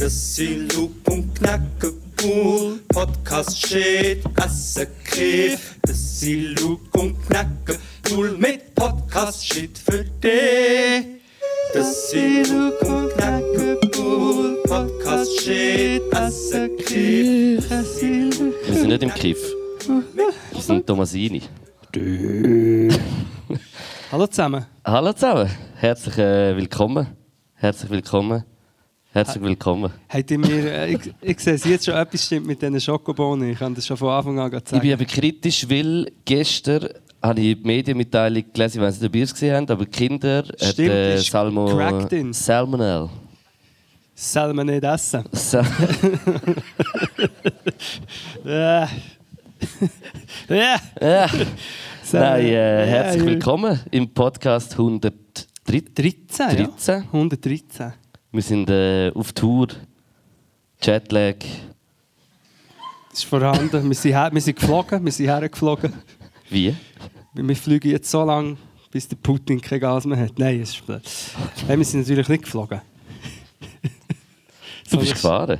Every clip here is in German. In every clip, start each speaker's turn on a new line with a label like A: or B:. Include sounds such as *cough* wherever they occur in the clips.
A: Siloep en knakken cool. Podcast shit, assen kreef. Siloep en knakken cool. Met podcast shit voor dich. Siloep en knakken cool. Podcast shit, assen kreef. Siloep
B: Wir sind nicht im Kiff. Wir sind Tomasini.
C: *laughs* Hallo zusammen.
B: Hallo zusammen. Herzlich äh, willkommen. Herzlich willkommen. Herzlich willkommen.
C: Habt ihr mir, äh, ich, ich sehe es jetzt schon, etwas stimmt mit diesen Schokobohnen. Ich kann das schon von Anfang an
B: Ich
C: sagen.
B: bin aber kritisch, weil gestern habe ich die Medienmitteilung gelesen, ich weiß nicht, ob ihr es gesehen habt, aber Kinder hat
C: Stimmt,
B: äh,
C: ist
B: Salmo,
C: cracked in.
B: Salmonell.
C: Soll man nicht essen? *laughs*
B: Sa
C: Äh. ja.
B: ja.
C: Soll-
B: Nein, äh,
C: Ja,
B: herzlich
C: ja.
B: willkommen im Podcast 113.
C: 13,
B: 13.
C: Ja? 113.
B: Wir sind äh, auf Tour. Jetlag.
C: Das ist vorhanden. wir, sind her, wir sind geflogen, wir sind hergeflogen.
B: Wie?
C: Wir wir fliegen jetzt so lange, bis der Putin kein Gas mehr hat. Nein, es ist blöd. Nein, wir sind natürlich nicht geflogen.
B: Du bist gefahren.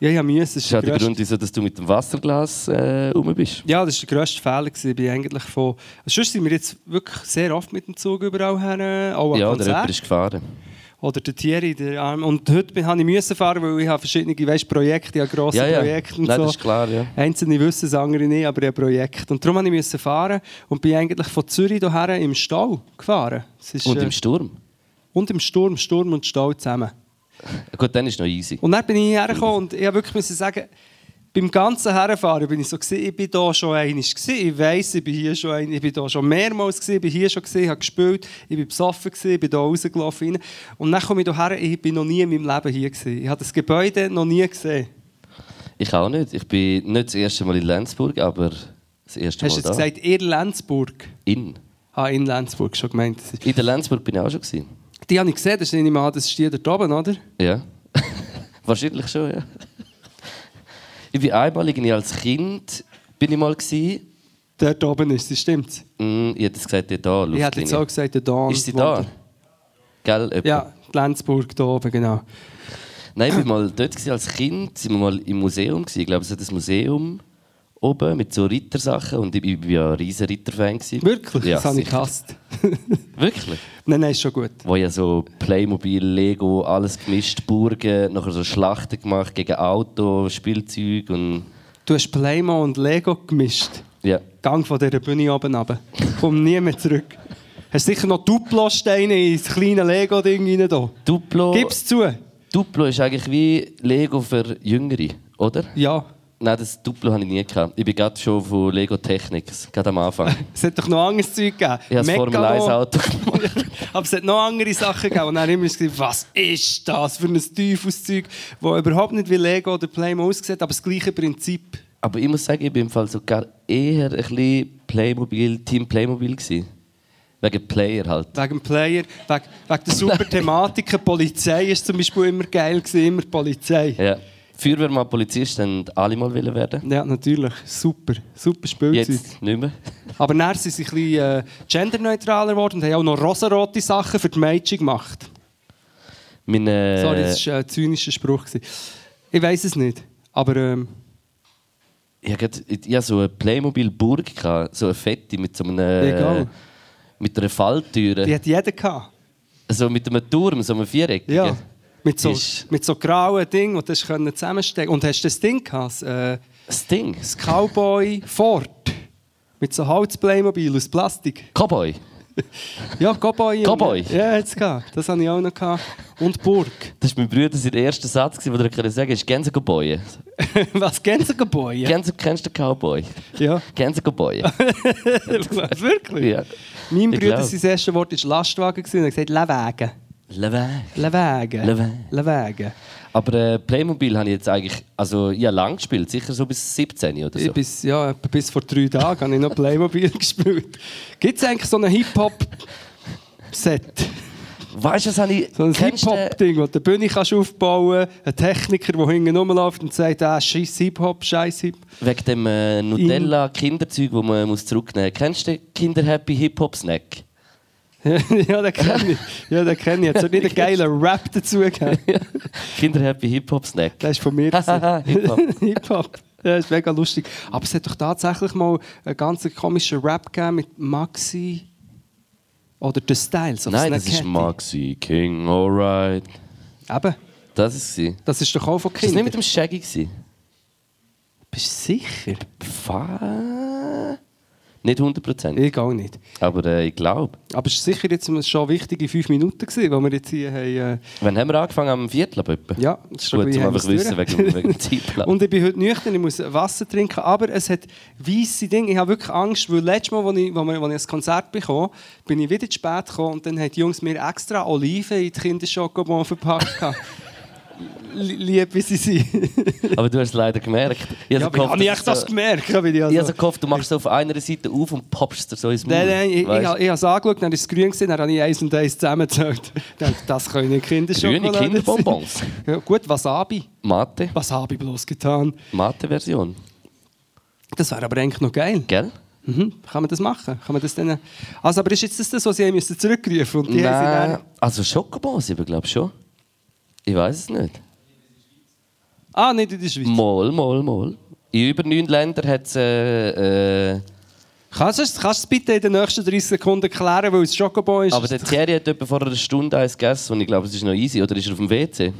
C: Ja, ja, müssen. Das
B: Das
C: ist
B: ist
C: der
B: auch der
C: grösste-
B: Grund, wieso dass du mit dem Wasserglas äh, rum bist.
C: Ja, das war der grösste Fehler. gewesen. Ich bin eigentlich von... Sonst sind wir jetzt wirklich sehr oft mit dem Zug überall her, äh, auch an
B: Ja, oder jemand
C: Konzerten.
B: ist gefahren.
C: Oder der Thierry, der Arm. Und heute bin- habe ich müssen fahren, weil ich habe verschiedene weißt, Projekte, ich habe grosse
B: Ja, ja.
C: Projekte und
B: Nein,
C: so.
B: das ist klar, ja.
C: Einzelne wissen es, andere nicht, aber ich habe Projekte. Und darum habe ich müssen fahren und bin eigentlich von Zürich hierher im Stau gefahren. Es ist,
B: Und
C: äh,
B: im Sturm.
C: und im Sturm, Sturm und Stau zusammen.
B: Gut, dann ist noch easy.
C: Und dann bin ich hierher gekommen und ich habe wirklich müssen sagen, beim ganzen Herfahren bin ich so gewesen, ich bin da schon einmal gewesen, ich weiss, ich bin hier schon ein, ich bin da schon mehrmals gewesen, ich bin hier schon gewesen, ich habe gespielt, ich bin besoffen gewesen, ich bin da rausgelaufen rein. und dann komme ich hierher, ich bin noch nie in meinem Leben hier gewesen, ich habe das Gebäude noch nie gesehen.
B: Ich auch nicht. Ich bin nicht das erste Mal in Lenzburg, aber das erste
C: Hast du jetzt
B: Mal da.
C: gesagt, ihr Lenzburg?
B: In.
C: Ah, in Lenzburg, schon gemeint. Das ist-
B: In der Lenzburg bin ich auch schon. Gewesen.
C: Die habe ich gesehen, das nehme ich mal an, das ist die dort oben, oder?
B: Ja. *laughs* Wahrscheinlich schon, ja. Ich bin einmal irgendwie als Kind bin ich mal gewesen.
C: Dort oben ist sie, stimmt.
B: Hm, ich hätte es gesagt, da
C: Ich hätte jetzt auch gesagt, der Don.
B: Ist sie da? Gell, etwa?
C: Ja, die Lenzburg da oben, genau.
B: Nein, ich war mal dort gewesen als Kind, sind wir mal im Museum. Gewesen. Ich glaube, es hat ein Museum oben mit so Rittersachen und ich war ja ein riesen Ritterfan. gewesen.
C: Wirklich,
B: Ja,
C: das habe ich
B: sicher.
C: gehasst. *laughs*
B: Wirklich?
C: Nein, nein, ist schon gut.
B: Wo ja so Playmobil, Lego, alles gemischt, Burgen, nachher so Schlachten gemacht gegen Auto, Spielzeug und...
C: Du hast Playmo und Lego gemischt.
B: Ja.
C: Gang von dieser Bühne oben runter. Komm nie mehr zurück. Hast sicher noch Duplo-Steine ins kleine Lego-Ding rein. Da.
B: Duplo...
C: Gib's zu.
B: Duplo ist eigentlich wie Lego für Jüngere, oder?
C: Ja.
B: Nein, das Duplo habe ich nie gehabt. Ich bin gerade schon von Lego Technics, gerade am Anfang.
C: Es hat doch noch anderes Zeug gegeben.
B: Ich habe das Formel 1
C: Megalo.
B: Auto gemacht.
C: *laughs* Aber es hat noch andere Sachen gegeben. Und dann immer gesagt, was ist das für ein Teufelszeug, das überhaupt nicht wie Lego oder Playmo aussieht, aber das gleiche Prinzip.
B: Aber ich muss sagen, ich bin im Fall sogar eher ein bisschen Playmobil, Team Playmobil gewesen. Wegen Player halt.
C: Wegen dem Player, wegen, wegen der
B: *laughs*
C: super Thematiken. Polizei ist zum Beispiel immer geil, gewesen, immer Polizei.
B: Ja. Feuerwehrmann, Polizist, dann alle mal wollen werden.
C: Ja, natürlich. Super. Super Spielzeug.
B: Jetzt nicht mehr.
C: Aber dann sind sie ein bisschen äh, genderneutraler geworden und haben auch noch rosarote Sachen für die Mädchen gemacht.
B: Mein, äh,
C: Sorry, das war ein zynischer Spruch. gewesen. Ich weiß es nicht. Aber ähm,
B: ich hatte ich hatte so eine Playmobil-Burg, gehabt, so eine fette mit so einem... äh,
C: Egal.
B: Mit einer Falltüre.
C: die hat jeder gehabt.
B: Also mit einem Turm, so einem viereckigen.
C: Ja. Mit so,
B: Ist-
C: mit so grauen Ding, und das können zusammenstecken. Und hast du das Ding gehabt? Das, äh,
B: Das Ding.
C: das Cowboy Ford. Mit so Holzplaymobil aus Plastik.
B: Cowboy.
C: Ja, Cowboy.
B: Cowboy?
C: Ja, jetzt gehabt. Das hatte ich auch noch gehabt. Und Burg. *laughs*
B: Das war mein Bruder sein erster Satz, gewesen, den er konnte sagen konnte, ist «Gänsecowboy».
C: Was, Gänsegeboy? Ja.
B: Gänse, kennst du
C: *laughs*
B: den Cowboy?
C: ja.
B: Gänsecowboy.
C: Wirklich?
B: ja.
C: Mein
B: Ich
C: Bruder,
B: glaub.
C: sein erstes Wort war Lastwagen gewesen, und er hat gesagt, Lewägen.
B: Levin.
C: Lewägen.
B: Lewägen.
C: Lewägen.
B: Aber äh, Playmobil habe ich jetzt eigentlich, also ja lang gespielt, sicher so bis 17 oder so.
C: Ich Bis, ja, etwa bis vor drei Tagen habe ich noch Playmobil *laughs* gespielt. Gibt es eigentlich so ein Hip-Hop-Set?
B: Weißt du, das habe ich.
C: So ein
B: kennst du den-
C: Hip-Hop-Ding, wo du eine Bühne kannst aufbauen kannst, ein Techniker, der hinten rumläuft und sagt, ah, scheiß Hip-Hop, scheiß Hip.
B: Wegen dem
C: *laughs*
B: äh, Nutella Kinderzeug, wo man muss zurücknehmen. Kennst du den Kinder Happy Hip Hop Snack?
C: ja, den kenne ich. Ja, den kenne ich. Jetzt hat nicht einen geilen Rap dazu gegeben.
B: Kinder-Happy Hip-Hop-Snack.
C: Der ist von mir.
B: *laughs*
C: gewesen.
B: Hip-Hop.
C: *laughs* Hip-Hop. Ja, ist mega lustig. Aber es hat doch tatsächlich mal einen ganz komischen Rap gegeben mit Maxi oder The Styles. oder
B: Nein, das
C: Snacketti.
B: ist Maxi King, alright.
C: Eben,
B: Das ist sie.
C: das ist doch auch von
B: Ist das nicht
C: Kindern.
B: mit dem Shaggy gewesen?
C: Bist du sicher?
B: Fa- Nicht 100%.
C: Ich auch nicht.
B: Aber äh, ich glaube.
C: Aber es war sicher jetzt schon wichtige fünf Minuten, gewesen, die wir jetzt hier haben. äh,
B: Wann haben wir angefangen? Am Viertel ab etwa?
C: Ja, das ist schon
B: Gut,
C: gleich
B: um
C: haben
B: einfach
C: wir's
B: wissen,
C: durch.
B: wegen, dem- wegen
C: *laughs*
B: dem Zeitplan.
C: Und ich bin heute nüchtern, ich muss Wasser trinken, aber es hat weisse Dinge. Ich habe wirklich Angst, weil letztes Mal, als ich, als wir- als ich ein Konzert bekam, bin ich wieder zu spät gekommen und dann haben die Jungs mir extra Oliven in die Kinderschokobon verpackt.
B: *laughs*
C: gehabt. Lie- Lieb, wie sie sind.
B: Aber du hast es leider gemerkt. Ich
C: Ja,
B: so
C: aber habe ich
B: dass
C: echt das
B: so-
C: gemerkt? Bin ich
B: Ich
C: also.
B: habe so gehofft, du machst es auf einer Seite auf und poppst dir so ins Maul.
C: Nein, nein, ich, ich, ich,
B: Weißt du?
C: habe es angeschaut, dann war es grün, gewesen, dann habe ich eins und eins zusammengezählt. Ich dachte, Das können Kinderschokolade
B: Grüne
C: sein.
B: Kinderbonbons.
C: Ja, gut, Wasabi.
B: Mate.
C: Was habe ich bloß getan?
B: Mate-Version.
C: Das wäre aber eigentlich noch geil.
B: Gell?
C: Mhm. Kann man das machen? Kann man das denn... Also, aber ist jetzt das, das was sie haben müssen zurückrufen und die haben sie
B: Nein.
C: dann...
B: Also Schokobons, ich glaube schon. Ich weiß es nicht.
C: Ah, nicht in der Schweiz.
B: Mal, mal, mal. In über neun Ländern hat es. Äh, äh,
C: Kannst du es kannst du es bitte in den nächsten 30 Sekunden klären, weil es Schokobon ist?
B: aber der Thierry hat etwa vor einer Stunde eins gegessen und ich glaube, es ist noch easy. Oder ist er auf dem WC?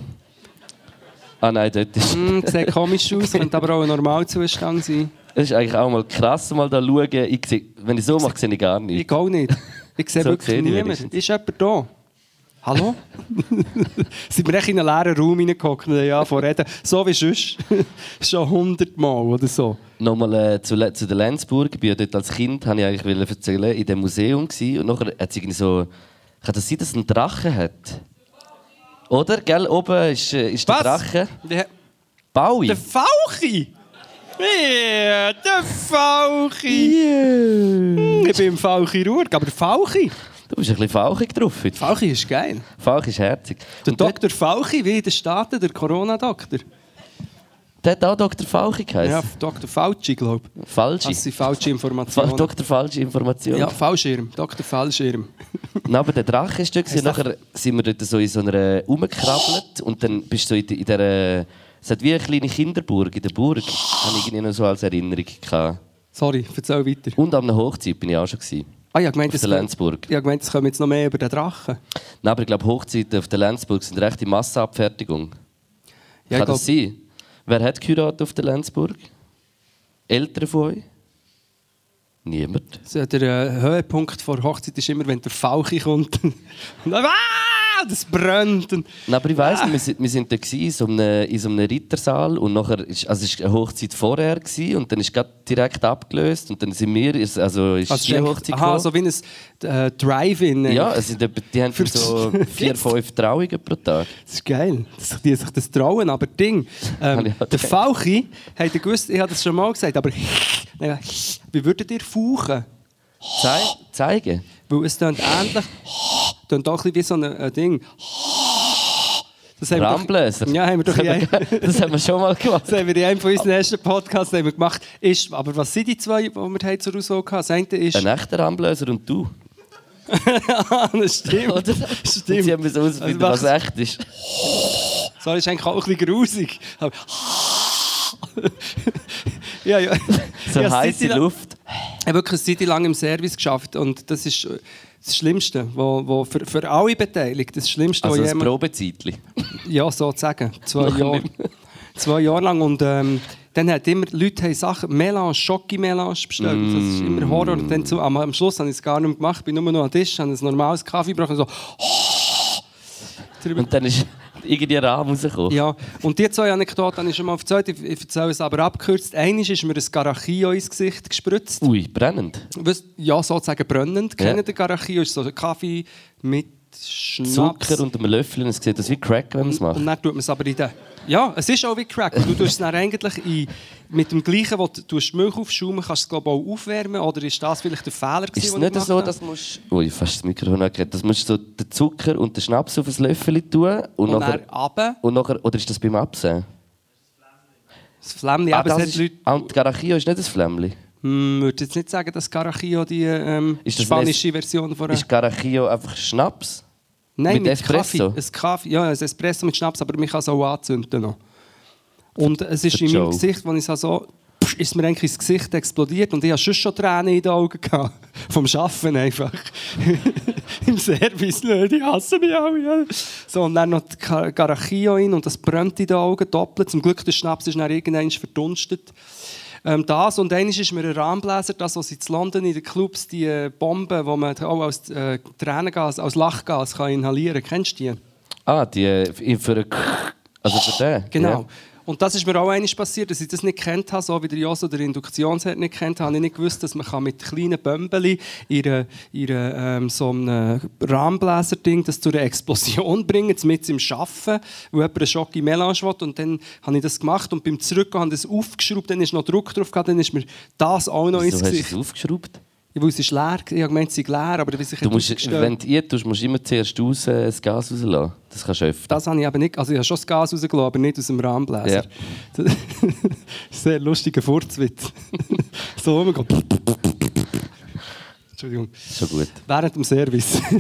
B: Ah nein, dort ist.
C: Hm, sieht komisch aus, könnte aber auch ein Normalzustand sein.
B: Es ist eigentlich auch mal krass, mal da schauen. Ich seh, wenn ich so mache, sehe ich gar nichts.
C: Ich auch nicht. Ich sehe
B: So sehe
C: wirklich
B: ich
C: niemanden.
B: wenigstens.
C: Ist jemand da? Hallo? *laughs* Sind wir echt in einen leeren Raum reingehockt und haben angefangen zu reden? So wie *laughs* sonst. Schon hundertmal oder so.
B: Nochmal äh, zu, Le- zu der Lenzburg. Ich bin ja dort als Kind, habe ich eigentlich wollen erzählen, in dem Museum gsi und nachher hat es irgendwie so... Kann das sein, dass es einen Drachen hat? Oder? Gell, oben ist, äh, ist der Drache.
C: Der,
B: Baui.
C: der Fauchi! Ja, der Fauchi! Ich bin im Fall Chirurg, aber der Fauchi,
B: Du bist ein bisschen fauchig drauf heute.
C: Fauchi ist geil.
B: Fauch ist herzig.
C: Der
B: Und dort-
C: Dr. Fauchi, wie in den Staaten, der Corona-Doktor.
B: Der hat auch Dr. Fauchig
C: Ja,
B: geheißen.
C: Dr. Fauci, glaube ich. Das
B: Falschi.
C: sind falsche
B: Fa
C: Informationen.
B: Dr. Falsche Information.
C: Ja, Fallschirm, Dr. Fallschirm.
B: Nein, aber der Drache ist dort. gewesen. Nachher sind wir dort so in so einer rumgekrabbelt und dann bist du so in, die- in dieser... Es hat wie eine kleine Kinderburg in der Burg. Habe ich irgendwie noch so als Erinnerung gehabt.
C: Sorry, erzähl weiter.
B: Und an einer Hochzeit bin ich auch schon. Gewesen.
C: Ah, ich habe gemeint,
B: Auf
C: es
B: der
C: kommt-
B: Lenzburg.
C: ich habe gemeint, es kommen jetzt noch mehr über den Drachen.
B: Nein, aber ich glaube, Hochzeiten auf der Lenzburg sind recht in Massenabfertigung.
C: Ja, ich
B: Kann das sein? Wer hat geheiratet auf der Lenzburg? Eltern von euch? Niemand.
C: So, der äh, Höhepunkt vor Hochzeit ist immer, wenn der Fauchi kommt. *laughs* und dann, ah, das brennt. Und,
B: Nein, aber ich weiss, nicht, wir sind, wir sind da gewesen, in so einem, in so einem Rittersaal und nachher ist, also es war eine Hochzeit vorher gewesen, und dann ist gerade direkt abgelöst und dann sind wir, ist- also ist
C: also,
B: die
C: es ist
B: Hochzeit
C: eigentlich- aha,
B: gekommen.
C: so wie ein äh, Drive-In.
B: Ja, es sind, etwa- die haben
C: Für-
B: so vier, fünf Trauungen pro Tag.
C: Das ist geil, dass die sich das trauen, aber Ding, ähm,
B: Hab ich auch
C: der
B: gedacht.
C: Fauchi, hat er gewusst, ich habe das schon mal gesagt, aber *sniffs* Nein, wie würdet ihr fauchen?
B: Zei
C: Oh.
B: zeigen.
C: Weil es tönt ähnlich, *sniffs* tönt auch ein bisschen wie so ein, ein Ding. *sniffs* Das haben wir doch-
B: Rambläser.
C: Ja, haben wir doch
B: das,
C: in einem,
B: *laughs* haben wir, das haben wir schon mal gemacht.
C: das haben wir in einem von unseren ersten Podcasts haben wir gemacht. Ist, aber was sind die zwei, die wir heute zur Auswahl hatten? Das eine ist...
B: Ein echter Ramblöser und du.
C: *laughs* Ah, das stimmt.
B: Oder?
C: Stimmt.
B: Sie haben müssen herausfinden,
C: Also
B: was
C: macht's-
B: echt ist.
C: *laughs* Sorry, ist eigentlich auch ein bisschen grusig. Aber *laughs* ja, ja.
B: So
C: Ja,
B: heiße
C: City-
B: Luft.
C: Ich habe wirklich eine Zeit lang im Service geschafft und das ist äh, das Schlimmste, wo, wo für, für alle Beteiligten, das Schlimmste,
B: Also
C: wo
B: ein
C: jemand...
B: Probezeitchen.
C: Ja, sozusagen. Zwei
B: Nachher
C: Jahre.
B: nicht mehr.
C: Zwei Jahre lang. Und ähm, dann hat immer Leute haben Sachen, Melange, Schoki-Melange bestellt. Das ist
B: Mm.
C: immer Horror. Und dann zu, am, am Schluss habe ich es gar nicht mehr gemacht. bin nur noch am Tisch, habe ein normales Kaffee gebraucht und so...
B: Und dann ist *laughs* irgendwie ein Rahmen rausgekommen.
C: Ja, und die zwei Anekdoten habe ich schon mal erzählt, ich, ich erzähle es aber abgekürzt. Einmal ist mir ein Garachio ins Gesicht gespritzt.
B: Ui, brennend.
C: Wisst- Ja, sozusagen brennend.
B: Ja.
C: Kennen den Garachio? Ist so ein Kaffee mit Schnaps.
B: Zucker und einem Löffel und es sieht aus wie Crack, wenn man es
C: Und
B: macht.
C: dann tut man es aber in den... Ja, es ist auch wie Crack. Du tust es dann eigentlich in, mit dem gleichen, wo du tust Milch aufschaumen kannst, du es glaube ich, auch aufwärmen. Oder ist das vielleicht der Fehler gewesen,
B: Ist es
C: den
B: nicht
C: ich
B: so,
C: gemacht
B: dass du... Ui, fast das Mikrofon angehört. Das musst du so den Zucker und den Schnaps auf ein Löffel tun
C: habe? Und
B: und, nachher...
C: dann runter,
B: Und nachher, oder ist das beim Absehen? Ah,
C: das Flämmchen, aber es hat
B: ist,
C: Leute...
B: ah, und die Garachio ist nicht ein Flämmchen.
C: Hm, würde jetzt nicht sagen, dass Carajillo die ähm,
B: Ist das
C: spanische Version von einer...
B: Ist Carajillo einfach Schnaps?
C: Nein,
B: mit
C: mit, Kaffee.
B: Espresso?
C: Ein Kaffee. Ja, ein Espresso mit Schnaps, aber man kann es auch anzünden noch. Und es ist
B: Der
C: in meinem
B: Joe.
C: Gesicht, als ich es so... psch, Ist mir eigentlich ins Gesicht explodiert und ich hatte schon schon Tränen in den Augen. Gehabt. *laughs* Vom Schaffen einfach. *laughs* Im Service, ne? die hassen mich alle. ja. So, und dann noch die Car- Carajillo rein und das brennt in den Augen doppelt. Zum Glück, der Schnaps ist dann irgendwann verdunstet. Ähm, das und eines ist mir ein Rahmenbläser, das, was in London in den Clubs, die äh, Bomben, die man auch als äh, Tränengas, als Lachgas kann inhalieren kann. Kennst du die?
B: Ah, die äh, für den Also für den?
C: Genau.
B: Ja.
C: Und das ist mir auch eines passiert, dass ich das nicht kennt habe, so wie der Joso der Induktionsherd nicht kennt, habe ich nicht gewusst, dass man kann mit kleinen Bömbeli ihre, ihre ähm, so einem Rahmenbläser-Ding das zu einer Explosion *laughs* bringen, mit im Schaffen, wo jemand einen Schock im Melange will. Und dann habe ich das gemacht und beim Zurückgehen habe ich das aufgeschraubt, dann ist noch Druck drauf gegangen, dann ist mir das auch noch
B: Wieso
C: ins
B: hast du
C: Gesicht.
B: es aufgeschraubt?
C: Ja, weil es ist leer. war. Ich habe gemeint, es sei leer, aber weil es sich
B: Du musst,
C: aufgestellt-
B: wenn du ihr tust, musst du immer zuerst raus, äh, das Gas rauslassen. Das kannst du öfter.
C: Das habe ich eben nicht. Also ich habe schon das Gas rausgelassen, aber nicht aus dem Rahmenbläser.
B: Ja.
C: Das- *laughs* Sehr lustiger Furzwitz. *laughs* so rumgehen. Entschuldigung.
B: Das ist schon gut.
C: Während dem Service. *laughs*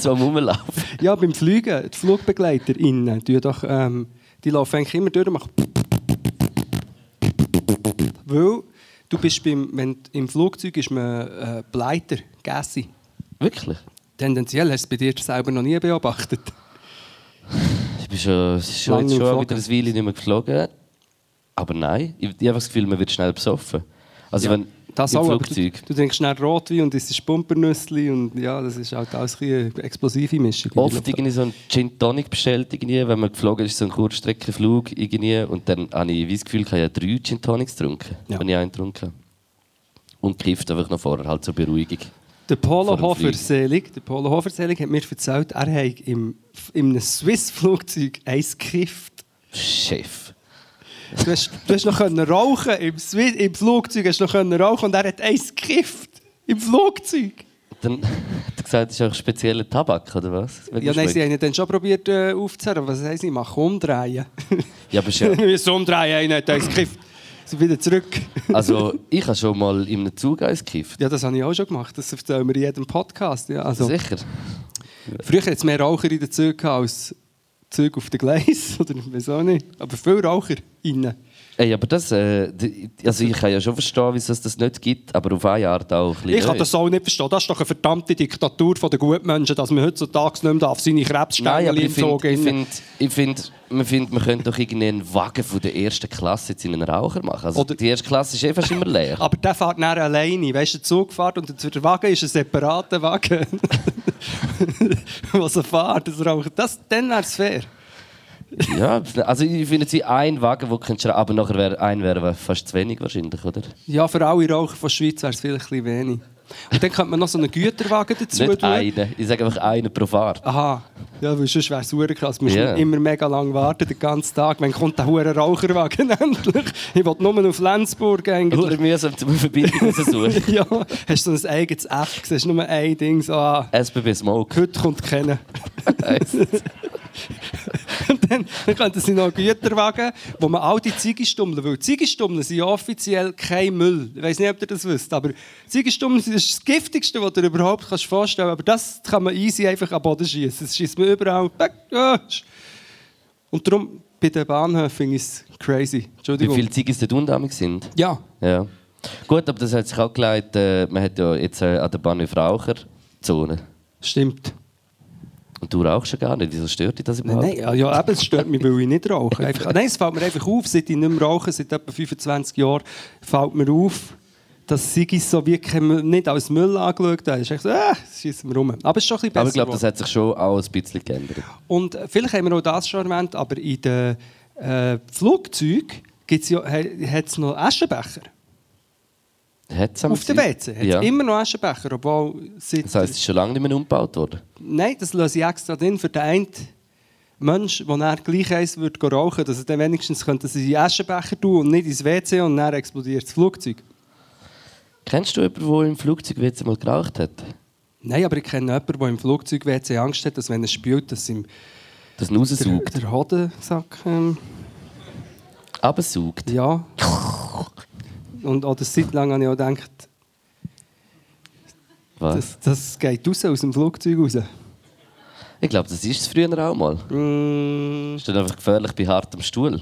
B: So am Rumlaufen.
C: *laughs* ja, beim Fliegen, die FlugbegleiterInnen, die, doch, ähm, die laufen eigentlich immer durch und machen. *laughs* Weil du bist beim, wenn, du- im Flugzeug ist man äh, Bleiter, Gassi.
B: Wirklich?
C: Tendenziell hast du es bei dir selber noch nie beobachtet.
B: Ich bin schon, es ist schon,
C: Lange
B: jetzt schon
C: geflogen.
B: wieder eine Weile nicht mehr geflogen. Aber nein, ich, ich habe das Gefühl, man wird schnell besoffen. Also wenn
C: Das
B: im
C: auch, aber du,
B: Flugzeug.
C: du trinkst schnell Rotwein und es ist Pumpernüssli und ja, das ist halt alles ein bisschen eine explosive Mischung.
B: Oft irgendwie so ein Gin Tonic bestellt, irgendwie, wenn man geflogen ist, so ein Kurzstreckenflug irgendwie, und dann habe ich wie das Gefühl, ich habe ja drei Gin Tonics getrunken,
C: Ja.
B: wenn ich einen getrunken habe. Und gekifft einfach noch vorher, halt zur Beruhigung.
C: Der Polo
B: Vor dem
C: Hofer
B: Fliegen.
C: Selig, der Polo Hofer Selig hat mir erzählt, er hat im, in einem Swiss-Flugzeug eins gekifft.
B: Chef.
C: Du hast, du hast noch können rauchen im, Swiss, im Flugzeug, hast du noch können rauchen und er hat eins gekifft. Im Flugzeug.
B: Dann *laughs* hat er gesagt, das ist auch spezieller Tabak, oder was?
C: Ja, nein, sie
B: ja,
C: haben ihn dann schon probiert äh, aufzuhören, aber was heisst sie? Mach umdrehen. *laughs*
B: aber ist ja,
C: Wir müssen umdrehen, einer hat eins gekifft. So wieder zurück.
B: also, ich habe schon mal in einem Zug eins gekifft.
C: Ja, das habe ich auch schon gemacht. Das erzählen wir in jedem Podcast. Ja, also,
B: Sicher.
C: früher hat es mehr Raucher in den Zügen gehabt als Züge auf den Gleis. *laughs* Oder ich weiß auch nicht. Aber viele Raucher innen.
B: Ey, aber das, äh, d- also ich kann ja schon verstehen, wieso es das nicht gibt, aber auf eine Art auch ein bisschen
C: Ich kann
B: nicht.
C: das auch nicht verstehen. Das ist doch eine verdammte Diktatur der Gutmenschen, dass man heutzutage nicht mehr darf, seine
B: Nein, aber
C: Krebsstängel
B: ich finde, ich
C: entzogen
B: find, ich find, man, find, man könnte doch irgendwie einen Wagen von der ersten Klasse jetzt in einen Raucher machen. Also
C: Oder-
B: die erste Klasse ist eh fast
C: *laughs*
B: immer leer.
C: aber der fährt dann alleine. Weißt du, der Zug fährt und der Wagen ist ein separater Wagen. *laughs* Was er fährt, das raucht. Das, dann wäre es fair.
B: ja, also ich finde, sie ein Wagen, wo könntest du aber nachher wär, ein wäre fast zu wenig wahrscheinlich, oder?
C: Ja, für alle Raucher von der Schweiz wäre es vielleicht ein bisschen wenig. Und dann könnte man noch so einen Güterwagen dazu
B: Nicht
C: tun.
B: einen, ich sage einfach einen pro Fahrt.
C: Aha, ja, weil sonst wäre es super krass. Man muss
B: Ja.
C: immer mega lang warten, den ganzen Tag. Wann kommt der hure Raucherwagen *laughs* endlich? Ich will nur auf Lenzburg
B: Oder
C: eigentlich.
B: mühsam zum Verbindung raussuchen.
C: *laughs* ja, hast du so ein eigenes App, siehst nur ein Ding, so, ah,
B: SBB Smoke.
C: heute kommt keiner. *laughs* Und dann, dann könnten sie noch Güterwagen, wo man all die Ziegestummeln, weil Ziegestummeln sind ja offiziell kein Müll. Ich weiß nicht, ob ihr das wisst, aber Ziegestummeln sind das Giftigste, was du dir überhaupt kannst vorstellen kannst. Aber das kann man easy einfach am Boden schießen. Das schießt man überall. Back, ah, sch- Und darum, bei den Bahnhöfen finde ich es crazy.
B: Wie
C: Entschuldigung.
B: viele Ziggis dort unten sind.
C: Ja,
B: Ja. Gut, aber das hat sich auch gelegt, äh, man hat ja jetzt äh, an der Bahnhof Raucherzone.
C: stimmt.
B: Und du rauchst ja gar nicht, wieso stört dich das
C: Nein,
B: überhaupt?
C: nein, ja, ja, eben, es stört mich, weil ich nicht rauche. Einfach, nein, es fällt mir einfach auf, seit ich nicht mehr rauche, seit etwa 25 Jahren, fällt mir auf, dass Sigis so wie kein Müll- nicht als Müll angeschaut haben. Es ist echt so, äh, schießen wir rum. Aber es ist schon ein bisschen besser
B: Aber ich glaube, das
C: geworden.
B: hat sich schon auch ein bisschen geändert.
C: Und äh, vielleicht haben wir auch das schon erwähnt, aber in den äh, Flugzeugen gibt's ja, hat es noch Aschenbecher.
B: Hat's
C: Auf der WC hat
B: ja.
C: immer noch Aschenbecher, obwohl seit...
B: Das heisst, es ist schon lange nicht mehr umgebaut worden.
C: Nein, das löse ich extra drin für den einen Mensch, der dann gleich eins würde gehen rauchen dass er dann wenigstens könnte es in den Aschenbecher tun und nicht ins WC und dann explodiert das Flugzeug.
B: Kennst du jemanden, der im Flugzeug WC mal geraucht hat?
C: Nein, aber ich kenne jemanden, der im Flugzeug WC Angst hat, dass wenn er spielt, dass ihm
B: Das
C: *laughs*
B: ihn raussaugt.
C: der Hodensack... Ähm,
B: Abersaugt.
C: ja. und auch eine Zeit lang habe ich auch gedacht,
B: Was?
C: das, das geht raus, aus dem Flugzeug raus.
B: Ich glaube, das ist es früher auch mal.
C: Mm,
B: Ist dann einfach gefährlich bei hartem Stuhl.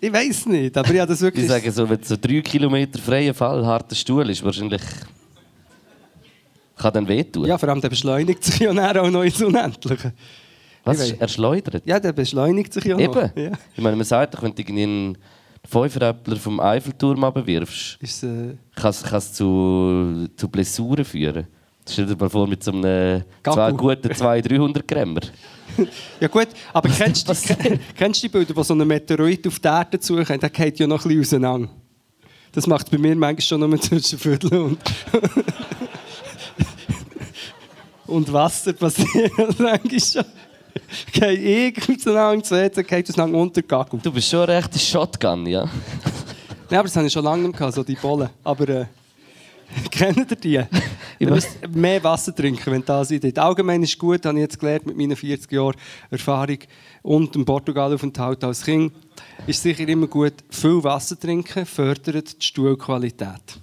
C: ich weiß nicht, aber ich habe das
B: Ich
C: wirklich...
B: sage so, wenn so drei Kilometer freier Fall, harter Stuhl ist wahrscheinlich... Kann dann wehtun.
C: ja, vor allem der beschleunigt sich ja dann auch noch ins Unendliche.
B: Was?
C: ich weiß.
B: Er schleudert?
C: Ja, der beschleunigt sich ja
B: Eben.
C: noch. Ja.
B: Ich meine, man sagt doch, wenn du einen Fünferäppler vom Eiffelturm abwirfst,
C: Ist, äh,
B: kann es- kann es zu, zu Blessuren führen. Stell dir mal vor, mit so einem
C: Gackel.
B: zwei, guten 200 Grämmer.
C: ja gut, aber kennst du die, *laughs* kennst du die Bilder, wo so ein Meteorit auf die Erde zukommt? Der geht ja noch ein bisschen auseinander. Das macht bei mir manchmal schon nur zwischen Viertel und... *laughs* und Wasser passiert *laughs* manchmal schon. Geht irgendwie auseinander, zuerst geht auseinander unter den Gagel.
B: Du bist schon ein rechter Shotgun, ja?
C: Nein, aber das habe ich schon lange nicht mehr, gehabt, so die Bollen. Aber äh, *laughs* kennt ihr
B: *laughs*
C: die? Ihr müsst mehr Wasser trinken, wenn das eintritt. Allgemein ist gut, habe ich jetzt gelernt mit meinen 40 Jahren Erfahrung und dem Portugalaufenthalt als Kind. Ist sicher immer gut, viel Wasser trinken fördert die Stuhlqualität.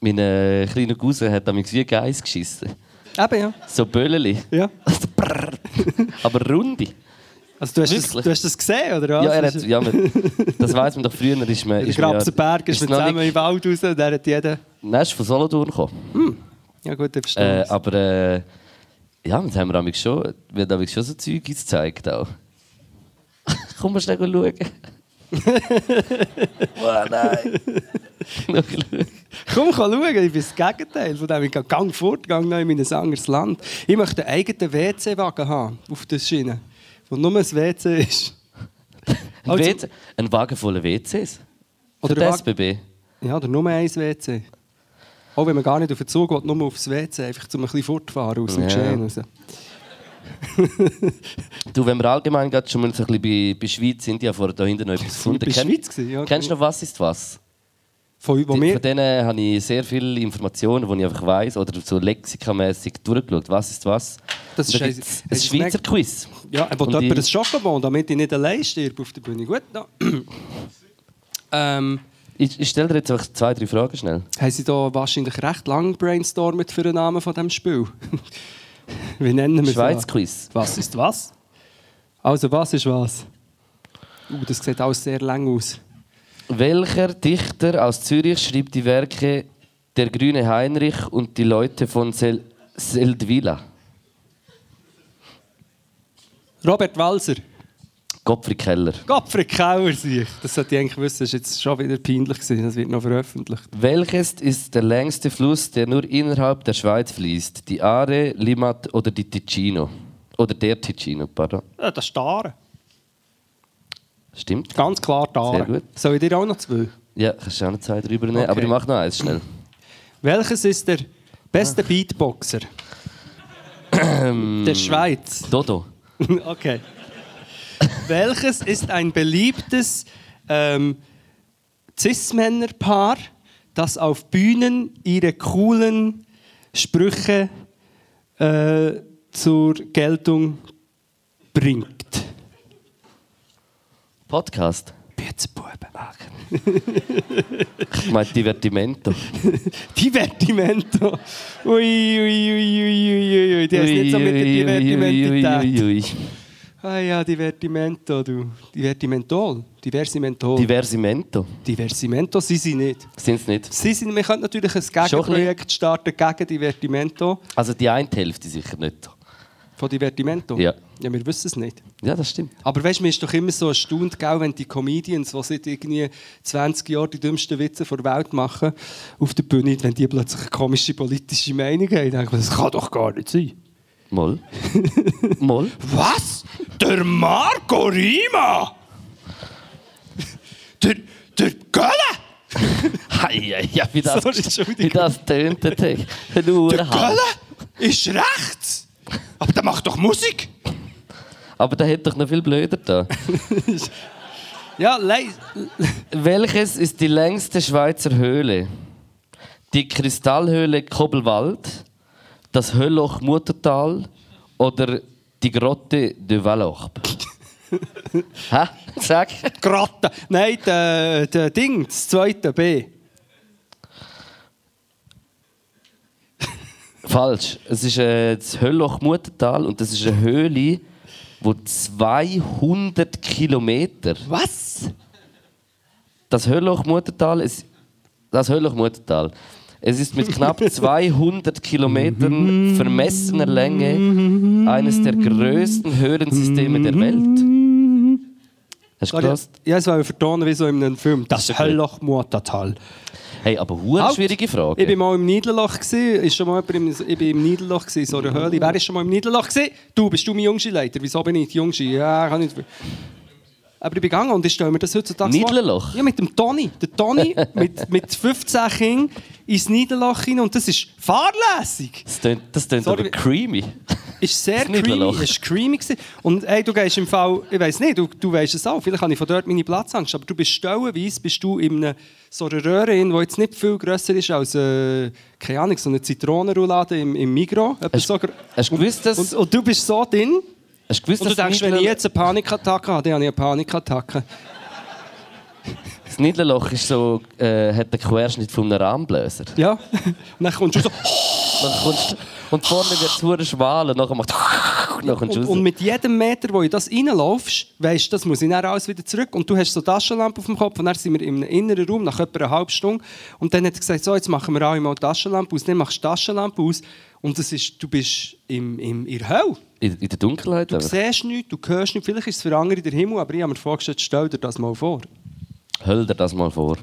B: Mein äh, kleiner Cousin hat damals wie ein Geiss geschissen.
C: Eben, ja.
B: So Bölleli.
C: ja.
B: Also, *laughs* brrr. Aber runde.
C: Also, du hast, das,
B: Wirklich?
C: du hast das gesehen, oder was?
B: Ja, er hat, ja, man, das weiß man doch früher. Ist man,
C: Der
B: ist man ja-
C: Grabsenberg ist
B: ist
C: mit
B: noch
C: zusammen
B: nicht-
C: im Wald raus und der hat jeden...
B: Nein, ist von Solothurn gekommen.
C: Ja gut, der versteht
B: Äh,
C: es.
B: aber äh, ja, das haben wir damals schon, wir haben damals schon so Zeug gezeigt. Auch. *laughs* Komm mal schnell schauen.
C: *laughs*
B: oh nein. Noch schauen.
C: Komm, komm schauen, ich bin das Gegenteil von dem. Ich gehe gang fort, gang noch in mein anderes Land. Ich möchte einen eigenen WC-Wagen haben auf der Schiene, wo nur ein WC ist.
B: Ein,
C: Also-
B: WC, ein Wagen voller WCs.
C: Oder
B: Oder der
C: Wa-
B: SBB.
C: Ja, oder nur ein WC. Auch wenn man gar nicht auf den Zug will, nur aufs WC, einfach um ein bisschen fortfahren aus dem
B: Ja.
C: Geschehen raus.
B: Du, wenn wir allgemein gerade schon mal so ein bisschen bei, bei Schweiz sind, ja vorher da hinten noch etwas
C: Sind wir *laughs*
B: gefunden.
C: bei
B: Kenn-
C: Schweiz gewesen? Ja,
B: Kennst du noch «Was ist was»?
C: Von wo
B: Die-
C: wir...
B: Von denen habe ich sehr viele Informationen, die ich einfach weiss, oder so lexikamässig durchgeschaut. «Was ist was»?
C: Das
B: Und
C: ist
B: da
C: ein-
B: gibt's
C: es ist
B: ein Schweizer
C: mega-
B: Quiz.
C: Ja, er will
B: Und
C: jemand
B: die-
C: ein Schokobon, damit ich nicht allein stirb auf der Bühne. Gut, da. *clears throat* ähm,
B: Ich, ich stelle dir jetzt einfach zwei, drei Fragen schnell.
C: haben sie da wahrscheinlich recht lang brainstormt für den Namen von dem Spiel. *laughs* Wie nennen wir es?
B: Schweiz-Quiz.
C: Was ist was? Also, was ist was? Uh, das sieht alles sehr lang aus.
B: Welcher Dichter aus Zürich schrieb die Werke Der grüne Heinrich und die Leute von Sel Seldwyla?
C: Robert Walser.
B: Gottfried Keller.
C: Gottfried Kauer, sich. Das sollte ich eigentlich wissen. Das war jetzt schon wieder peinlich. Gewesen. Das wird noch veröffentlicht.
B: Welches ist der längste Fluss, der nur innerhalb der Schweiz fließt? Die Aare, Limmat oder die Ticino? Oder der Ticino, pardon.
C: Ja, das ist die Aare.
B: Stimmt?
C: Ganz klar die Aare.
B: Sehr gut.
C: Soll ich dir auch noch zwei?
B: Ja, kannst du auch noch zwei drüber nehmen.
C: Okay.
B: Aber ich mache noch eins schnell.
C: Welches ist der beste Beatboxer?
B: Ähm.
C: der Schweiz.
B: Dodo.
C: Okay. Welches ist ein beliebtes ähm, Cis-Männer-Paar, das auf Bühnen ihre coolen Sprüche äh, zur Geltung bringt?
B: Podcast.
C: Bützenbuben.
B: *laughs* Ich meine Divertimento.
C: Divertimento. Ui, ui, ui, ui, ui, ui. Die haben es nicht so mit der
B: Ui, ui, ui,
C: Divertimentität.
B: ui, ui,
C: Ah ja, Divertimento, du. Divertimentol. Diversimentol.
B: ui. Diversimento.
C: Diversimento sind sie nicht.
B: Sind es nicht?
C: Sie sind, man könnte natürlich ein
B: Schon ein
C: Gegenprojekt starten gegen Divertimento.
B: Also die eine Hälfte sicher nicht.
C: Von Divertimento?
B: Ja.
C: Ja, wir wissen es nicht.
B: Ja, das stimmt.
C: Aber weißt du, mir ist doch immer so erstaunt, gell, wenn die Comedians, die seit irgendwie 20 Jahren die dümmsten Witze der Welt machen, auf der Bühne, wenn die plötzlich eine komische politische Meinung haben, denke ich, das kann doch gar nicht sein. *laughs*
B: Moll. Moll.
C: Was? Der Marco Rima? Der, der Göller?
B: Hei, hei, ja, wie das,
C: Sorry,
B: wie
C: Entschuldigung.
B: das tönt, der Tech. Ein Uhrenhals.
C: ist rechts. Aber der macht doch Musik.
B: Aber der hätte doch noch viel blöder da.
C: *laughs* Ja, leid.
B: Welches ist die längste Schweizer Höhle? Die Kristallhöhle Kobelwald,
C: *laughs*
B: das Höllloch Muttertal oder die Grotte de Vallorbe? Hä? Sag.
C: Gratte. Nein, der, der Ding, das zweite B.
B: Falsch. Es ist äh, das Höllloch Muttertal und das ist eine Höhle, wo 200 Kilometer.
C: Was?
B: Das Höllloch Muttertal ist. Das Höllloch Muttertal. Es ist mit
C: *laughs*
B: knapp 200 Kilometern vermessener Länge eines der größten Höhlensysteme der Welt. Hast du gehört?
C: Ja, es war vertonen wie so in einem Film. Das
B: ist gut.
C: Höllloch-Muttertal.
B: Hey, aber hure
C: Halt.
B: schwierige Frage.
C: Ich bin mal im Niederloch gsi. Ist schon mal jemand im, ich bin im Niederloch gsi, so
B: Mhm.
C: der Höhle. Wer ist schon mal im Niederloch gsi? Du bist du mein jungste Leiter. Wieso bin ich die jungste? Ja, kann nicht. Aber ich bin gegangen und ich stelle mir das heutzutage vor.
B: Niederloch?
C: Ja, mit dem Toni. Der
B: *laughs*
C: Toni mit, mit 15 Kindern ins Niederloch hinein und das ist fahrlässig.
B: Das tönt, das tönt
C: Sorry.
B: aber creamy.
C: Ist sehr
B: Das Niederloch.
C: creamy. Ist creamy gewesen. Und hey, du gehst im Fall, ich weiß nicht, du, du weißt es auch, vielleicht habe ich von dort meine Platzangst, aber du bist stellenweise bist du in einer, so einer Röhre, in, die jetzt nicht viel grösser ist als, äh, keine Ahnung, so eine Zitronenroulade im, im Migros. Etwas
B: Hast-
C: so gr-
B: hast du gewusst, dass-
C: Und, und du bist so drin
B: Hast du gewusst,
C: und du
B: dass
C: denkst, wenn
B: Niederl-
C: ich jetzt eine Panikattacke habe, dann habe ich eine Panikattacke.
B: das Niederloch ist so, äh, hat den Querschnitt von einem Rahmenbläser.
C: Ja. *laughs* Und dann kommst du so...
B: Dann kommst, und vorne wird es hure schwal und nachher macht und dann kommst du
C: Und,
B: raus.
C: und mit jedem Meter, wo in das reinlaufst, weißt du, das muss ich dann alles wieder zurück. Und du hast so eine Taschenlampe auf dem Kopf und dann sind wir im inneren Raum nach etwa einer halben Stunde. Und dann hat er gesagt, so, jetzt machen wir alle mal die Taschenlampe aus. Dann machst du die Taschenlampe aus und das ist, du bist im, im, in der Hölle.
B: in, in der Dunkelheit
C: Du
B: aber.
C: siehst nichts, du hörst nichts. Vielleicht ist es für andere der Himmel, aber ich habe mir vorgestellt, stell dir das mal vor.
B: Hör dir das mal vor.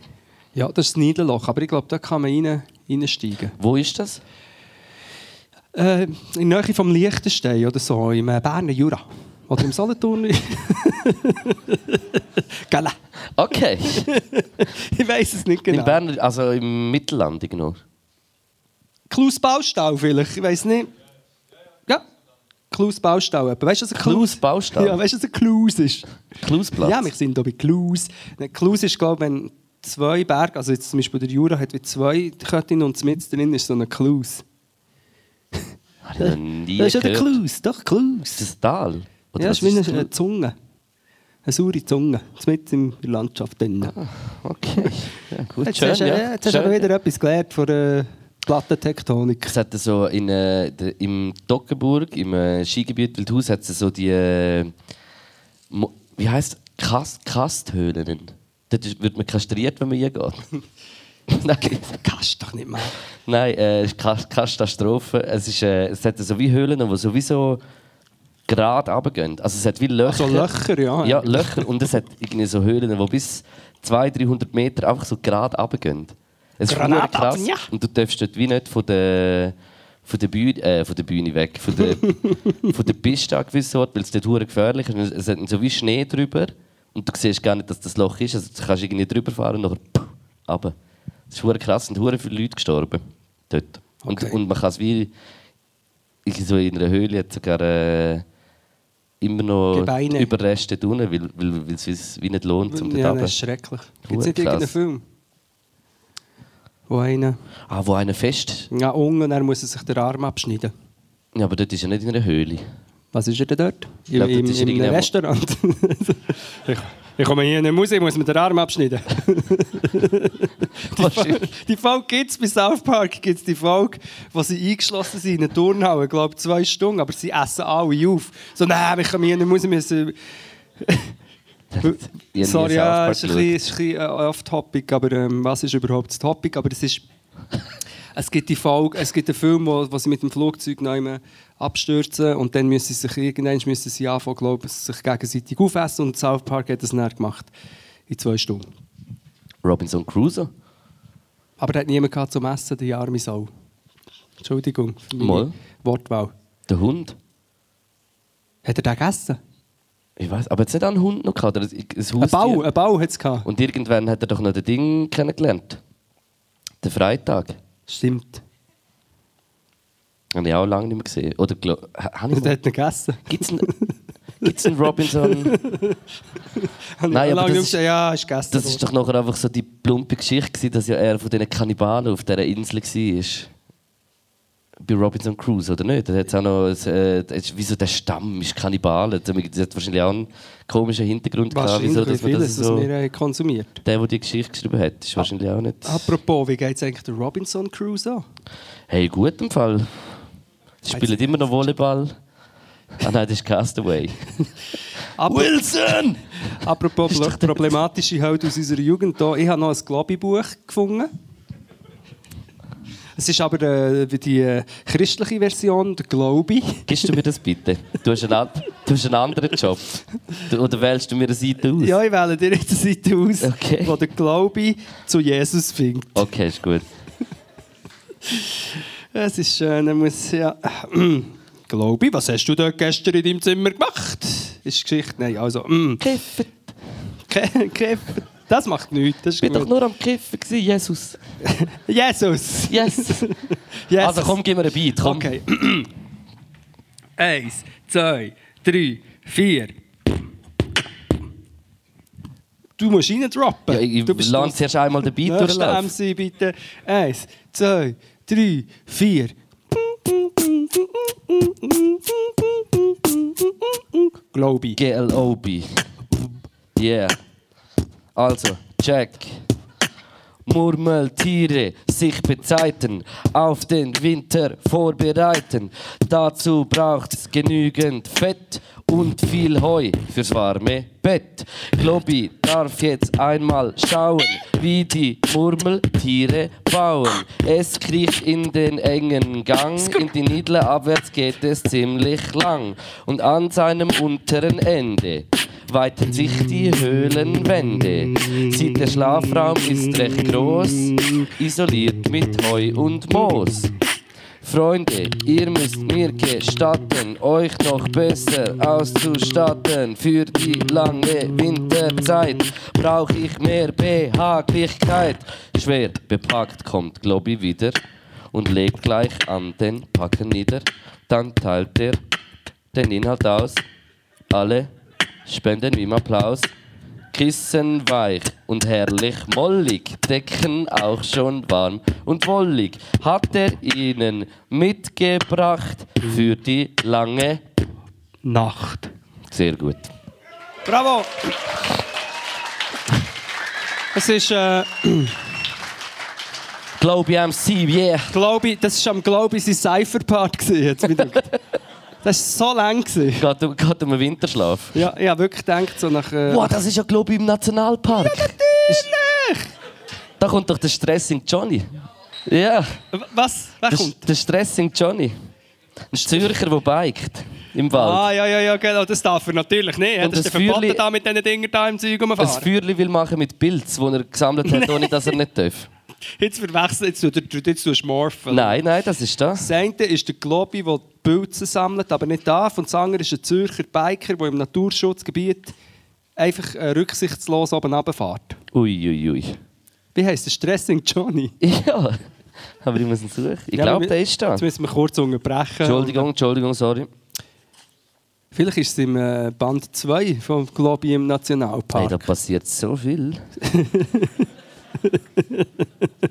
C: Ja, das ist das Niederloch, aber ich glaube, da kann man rein, reinsteigen.
B: Wo ist das?
C: Äh, in der Nähe vom Liechtenstein oder so, im äh, Berner Jura. Oder im Solothurn. *laughs* Gala. *laughs*
B: Okay.
C: Ich weiß es nicht
B: In
C: genau.
B: Bern, also im Mittelland genau.
C: Klaus Baustau vielleicht, ich weiß nicht. Ja, Klaus Baustau. etwa. Weißt du, was ein
B: Klaus Baustau?
C: Ja, weißt du, was ein Klaus ist?
B: Klausplatz.
C: Ja, wir sind hier bei Klaus. Nein, Klaus ist, glaube ich, wenn zwei Berge, also jetzt zum Beispiel der Jura hat wie zwei Köttinnen und mit drin ist so ein Klaus.
B: Hab ich noch nie
C: das ist ja der
B: gehört.
C: Klaus, doch, Klaus.
B: Ist das ein Tal? Oder
C: ja, das
B: was
C: ist wie
B: das?
C: eine, eine Zunge. Eine saure Zunge, mit in der Landschaft drin.
B: Okay. Ja, Ah, gut,
C: jetzt
B: schön,
C: hast du äh,
B: ja.
C: jetzt hast du
B: Schön,
C: aber
B: ja.
C: wieder etwas gelernt von der Plattentektonik.
B: Es hat so in, äh, de- im Toggenburg, im äh, Skigebiet Wildhaus, hat es so die. Äh, Mo- wie heißt Kast Kasthöhlen. Dort ist- wird man kastriert, wenn man hingeht. *laughs* Nein,
C: Kannst du doch nicht machen.
B: Nein äh, es ist Kas- Katastrophe. Es, ist, äh, es hat so wie Höhlen, die sowieso gerade runtergehen. Also es hat wie Löcher.
C: Also Löcher, ja.
B: Ja, Löcher. Und es hat irgendwie so Höhlen, die bis 200, 300 Meter einfach so gerade runtergehen. Es ist
C: Gerade
B: verdammt krass.
C: runter, ja.
B: Und du darfst dort wie nicht von der, von der, Bühne, äh, von der Bühne weg,
C: *laughs*
B: von der, von der Piste an gewissen Ort, weil es dort hure gefährlich ist. Und Es hat so wie Schnee drüber und du siehst gar nicht, dass das Loch ist. Also du kannst irgendwie drüber fahren und nachher puh, runter. Das ist hure krass. Es sind hure viele Leute gestorben dort.
C: Okay.
B: Und, und man kann es wie... Ich so in einer Höhle hat sogar... Äh, immer noch
C: Gebeine.
B: die Überreste tun, weil, weil, weil es uns wie nicht lohnt, um dort
C: Hm, ja,
B: runter.
C: das ist schrecklich. Gibt
B: Hure
C: es nicht
B: krass.
C: irgendeinen Film? Wo einer.
B: Ah, wo einer fest...
C: Ja, unten, und dann muss er sich den Arm abschneiden.
B: Ja, aber dort ist ja nicht in
C: *laughs*
B: einer Höhle.
C: Was ist er denn dort? Im,
B: glaub,
C: im,
B: dort ist er
C: im
B: irgendwo-
C: Restaurant. *laughs* ich, ich komme hier nicht raus, ich muss mir den Arm
B: *laughs*
C: abschneiden. *laughs* die, Folge, die Folge gibt es bei South Park, gibt's die Folge, wo sie eingeschlossen sind in einer Turnhalle, ich glaube zwei Stunden, aber sie essen alle auf. So, nein, ich komme hier nicht raus, wir
B: *laughs*
C: müssen...
B: nie
C: Sorry,
B: South
C: ja,
B: Park
C: es ist ein bisschen, ist ein bisschen äh, off-topic, aber ähm, was ist überhaupt das Topic? Aber es
B: *laughs*
C: ist... Es gibt die Folge, es gibt einen Film, wo, wo sie mit dem Flugzeug neu abstürzen und dann müssen sie sich irgendwann müssen sie anfangen, glaube ich, sich gegenseitig aufessen und South Park hat das näher gemacht in zwei Stunden.
B: Robinson Crusoe?
C: Aber da hat niemand gehabt zum Essen, die arme Sau. Entschuldigung für meine
B: Mal.
C: Wortwahl.
B: Der Hund?
C: Hat er den gegessen?
B: Ich weiß, aber jetzt nicht auch einen Hund noch gehabt, oder ein, ein
C: Ein
B: Haustier.
C: Bau, äh ein Bau hat es gehabt.
B: Und irgendwann hat er doch noch den Ding kennengelernt. Den Freitag.
C: Stimmt.
B: Habe ich auch lange nicht mehr gesehen. Oder glo- ha-
C: *laughs*
B: hab ich
C: Und er
B: mal-
C: hat ihn gegessen.
B: Gibt's einen, gibt's
C: *laughs*
B: einen Robinson?
C: Habe ich
B: Nein,
C: *laughs*
B: aber
C: lange
B: das
C: nicht
B: ist-
C: gesehen. ja, ist gegessen.
B: Das ist doch nachher einfach so die plumpe Geschichte gewesen, dass ja er von diesen Kannibalen auf dieser Insel war. bei Robinson Crusoe, oder nicht? Da hat's auch noch, äh, das ist wie so der Stamm ist Kannibalen. Das hat wahrscheinlich auch einen komischen Hintergrund gehabt,
C: Wahrscheinlich
B: wieso, dass man das
C: vieles,
B: so...
C: was wir äh, konsumiert.
B: Der, der die Geschichte geschrieben hat, ist wahrscheinlich auch nicht...
C: Apropos, wie geht es eigentlich der Robinson Crusoe?
B: Hey, gut im Fall. Sie spielen immer noch Volleyball. Ah nein, das ist *laughs* Castaway.
C: Apro-
B: Wilson!
C: Apropos
B: Ist doch
C: Blo-
B: der-
C: problematische Held aus unserer Jugend hier. Ich habe noch ein Globi-Buch gefunden. Es ist aber äh, die äh, christliche Version, der Globi.
B: Gibst du mir das bitte? Du hast einen, an- du hast einen anderen Job. Du, oder wählst du mir eine Seite aus?
C: Ja, ich wähle dir jetzt eine Seite aus,
B: Okay.
C: wo der Globi zu Jesus findet.
B: Okay, ist gut.
C: Es ist schön, er muss ja. *clears throat* Globi, was hast du da gestern in deinem Zimmer gemacht? Ist Geschichte? Nein, also. *clears throat* mm.
B: Kiffen.
C: Ke- Käfer. Das macht nichts. Das ist
B: Ich bin doch
C: gut.
B: nur am Kiffen, gewesen, Jesus.
C: Jesus!
B: *laughs* Yes.
C: Jesus.
B: Also komm, gib mir ein Beat. Komm.
C: Okay. *clears throat* Eins, zwei, drei, vier. Du musst reindroppen.
B: Ja, ich
C: du bist
B: lerne zuerst einmal den Beat
C: Nächster
B: durchlaufen.
C: MC bitte. Eins, zwei, drei, vier. Globi.
B: GLOB. Yeah. Also, check. Murmeltiere sich bezeiten, auf den Winter vorbereiten. Dazu braucht's genügend Fett und viel Heu fürs warme Bett. Globi darf jetzt einmal schauen, wie die Murmeltiere bauen. Es kriecht in den engen Gang, in die Niedle abwärts geht es ziemlich lang. Und an seinem unteren Ende weiten sich die Höhlenwände. Sieht der Schlafraum ist recht groß, isoliert mit Heu und Moos. Freunde, ihr müsst mir gestatten, euch noch besser auszustatten. Für die lange Winterzeit brauche ich mehr Behaglichkeit. Schwer bepackt kommt Globi wieder und legt gleich an den Packen nieder. Dann teilt er den Inhalt aus. Alle spenden ihm Applaus. Kissen weich und herrlich mollig, Decken auch schon warm und wollig, hat er ihnen mitgebracht für die lange
C: Nacht.
B: Sehr gut.
C: Bravo! Es ist. Äh,
B: Globe MC, yeah.
C: Globi, das war am Globi sein Cypher-Part. gewesen, jetzt mir gedacht.
B: *laughs*
C: Das war so lang. gewesen.
B: Geht um, geht um den Winterschlaf.
C: Ja, ich habe wirklich gedacht, so nach. Äh,
B: Boah, das ist ja Globe im Nationalpark.
C: Natürlich!
B: Da kommt doch der Stressing Johnny. Ja,
C: W- Was? Wer
B: der,
C: kommt?
B: der Stressing Johnny. Ein Zürcher, der biket im Wald.
C: Ah, ja, ja, ja, genau, das darf er natürlich nicht.
B: Und
C: das ist
B: das
C: der verboten
B: Feuerli-
C: da mit diesen Dingern da im Zeug
B: ein
C: rumfahren.
B: Feuerli will machen mit Pilz, wo er gesammelt
C: *laughs*
B: hat, ohne dass er nicht darf.
C: Jetzt verwechseln, jetzt, tut er- jetzt tust du morphen.
B: Nein, nein, das ist das.
C: Das eine ist der Globi, der die Pilze sammelt, aber nicht darf. Und das andere ist ein Zürcher Biker, der im Naturschutzgebiet einfach äh, rücksichtslos oben runterfährt.
B: Uiuiui. Ui, *laughs* ui.
C: Wie heisst der Stressing Johnny?
B: Ja, aber ich muss ihn suchen. Ich
C: Ja,
B: glaube,
C: wir-
B: der ist da.
C: Jetzt müssen wir kurz unterbrechen.
B: Entschuldigung, Entschuldigung, sorry.
C: Vielleicht ist es im äh, Band 2 vom Globi im Nationalpark.
B: Hey, da passiert so viel.
C: *laughs*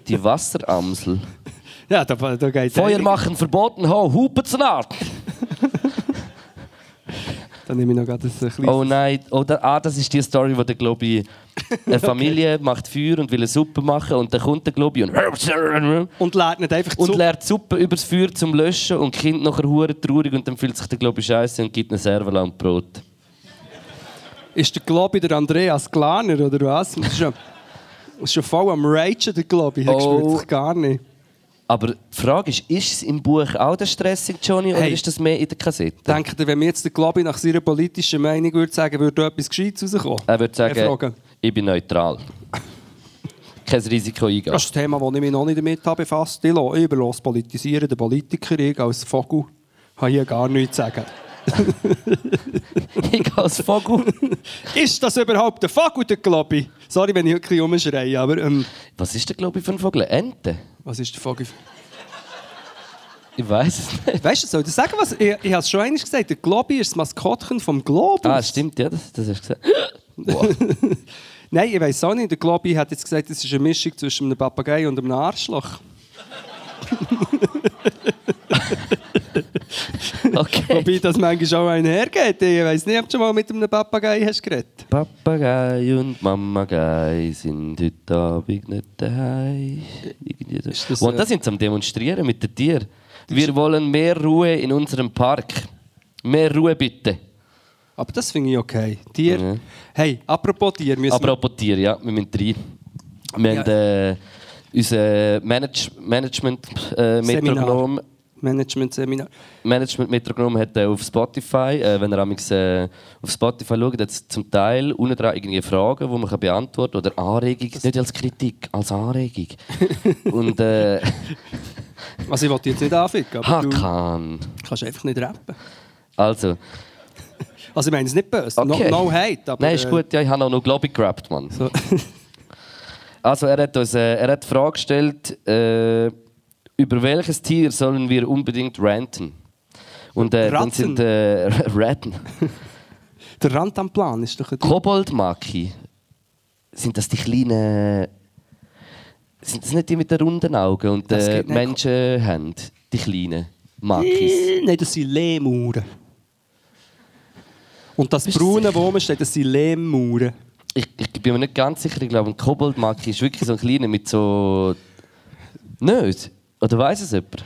B: Die Wasseramsel.
C: ja, da, da geht
B: Feuer machen verboten, ho, hupen zu nah.
C: Da nehme ich noch gerade ein bisschen.
B: Oh nein, oh, da, ah, das ist die Story, wo
C: *laughs*
B: der Globi. Eine Familie macht Feuer und will eine Suppe machen und dann kommt der Globi und.
C: Und lädt nicht einfach
B: und
C: zu.
B: lernt Suppe übers Feuer zum Löschen und die Kind nachher hure traurig und dann fühlt sich der Globi scheiße und gibt eine Servola und Brot.
C: Ist der Globi der Andreas Glaner oder was? Das ist ja, das ist ja voll am Ragen, der Globi. Der
B: Oh.
C: spürt sich gar nicht.
B: Aber die Frage ist, ist es im Buch auch der stressig Johnny oder
C: Hey.
B: ist das mehr in der Kassette?
C: Denkt ihr, wenn mir jetzt der Globi nach seiner politischen Meinung würde sagen, würde da etwas Gescheites rauskommen?
B: er würde
C: Keine
B: sagen,
C: Frage.
B: ich
C: *laughs*
B: bin neutral. Kein Risiko eingehen.
C: Das ist ein Thema, das ich mich noch nicht damit habe befasst habe. Ich lasse überlos politisieren, der Politiker, ich als Vogel, habe hier gar nichts zu sagen.
B: ich gehe als Vogel.
C: *laughs* Ist das überhaupt der Vogel, der Globi? Sorry, wenn ich heute ein bisschen rumschreie, aber ähm,
B: *laughs* Was ist der Globi für ein Vogel? Ente?
C: was ist der Vogel?
B: Ich weiß
C: *laughs*
B: es nicht.
C: Weißt du, soll ich dir sagen, was? Ich, ich habe es schon einmal gesagt, der Globi ist das Maskottchen vom Globus.
B: Ah, stimmt, ja, das, das hast du gesagt.
C: *laughs* Nein, ich weiß auch nicht. Der Globi hat jetzt gesagt, es ist eine Mischung zwischen einem Papagei und einem Arschloch.
B: Okay.
C: Wobei das manchmal auch einen hergeht. Ich weiss nicht, ob du schon mal mit einem Papagei hast geredet.
B: Papagei und Mamagei sind heute Abend nicht daheim. Irgendwie so.
C: das,
B: und
C: äh,
B: das sind sie am Demonstrieren mit den Tieren. Wir wollen mehr Ruhe in unserem Park. Mehr Ruhe bitte.
C: Aber das finde ich okay. Tier.
B: Ja.
C: Hey, apropos Tier, müssen
B: Apropos Tiere, ja, wir müssen rein. Wir
C: Ja.
B: haben äh, unser Manage äh, Management-Metronom.
C: Seminar. wir Management-Seminar.
B: Management Metronom hat äh, auf Spotify, äh, wenn ihr amigs, äh, auf Spotify schaut, hat es zum Teil unten dran irgendwie Fragen, die man kann beantworten kann oder Anregungen, nicht als Kritik, als Anregung. *laughs* Und äh,
C: Also ich wollte dich jetzt nicht anficken, aber du
B: Hakan.
C: kannst einfach nicht rappen.
B: Also,
C: Also ich meine es nicht böse,
B: okay.
C: no, no hate. Aber,
B: Nein, ist
C: äh,
B: gut, ja, ich habe auch noch Globi gerappt, Mann.
C: So. *laughs*
B: Also er hat uns äh, er hat die Frage gestellt, äh, über welches Tier sollen wir unbedingt ranten? Und äh, dann
C: Ratten?
B: sind äh, *laughs* Ratten.
C: Der Rand am Plan ist doch ein
B: Koboldmaki. Sind das die kleinen. Sind das nicht die mit den runden Augen und
C: Das
B: äh,
C: geht nicht.
B: Menschen haben? Die kleinen Makis.
C: Nein, das sind Lehmuhren. Und das
B: Bist du
C: braune, wo oben steht, das sind Lehmuhren.
B: Ich, ich bin mir nicht ganz sicher, ich glaube, ein Koboldmaki ist wirklich so ein kleiner mit so. Nicht? Oder weiß es jemand?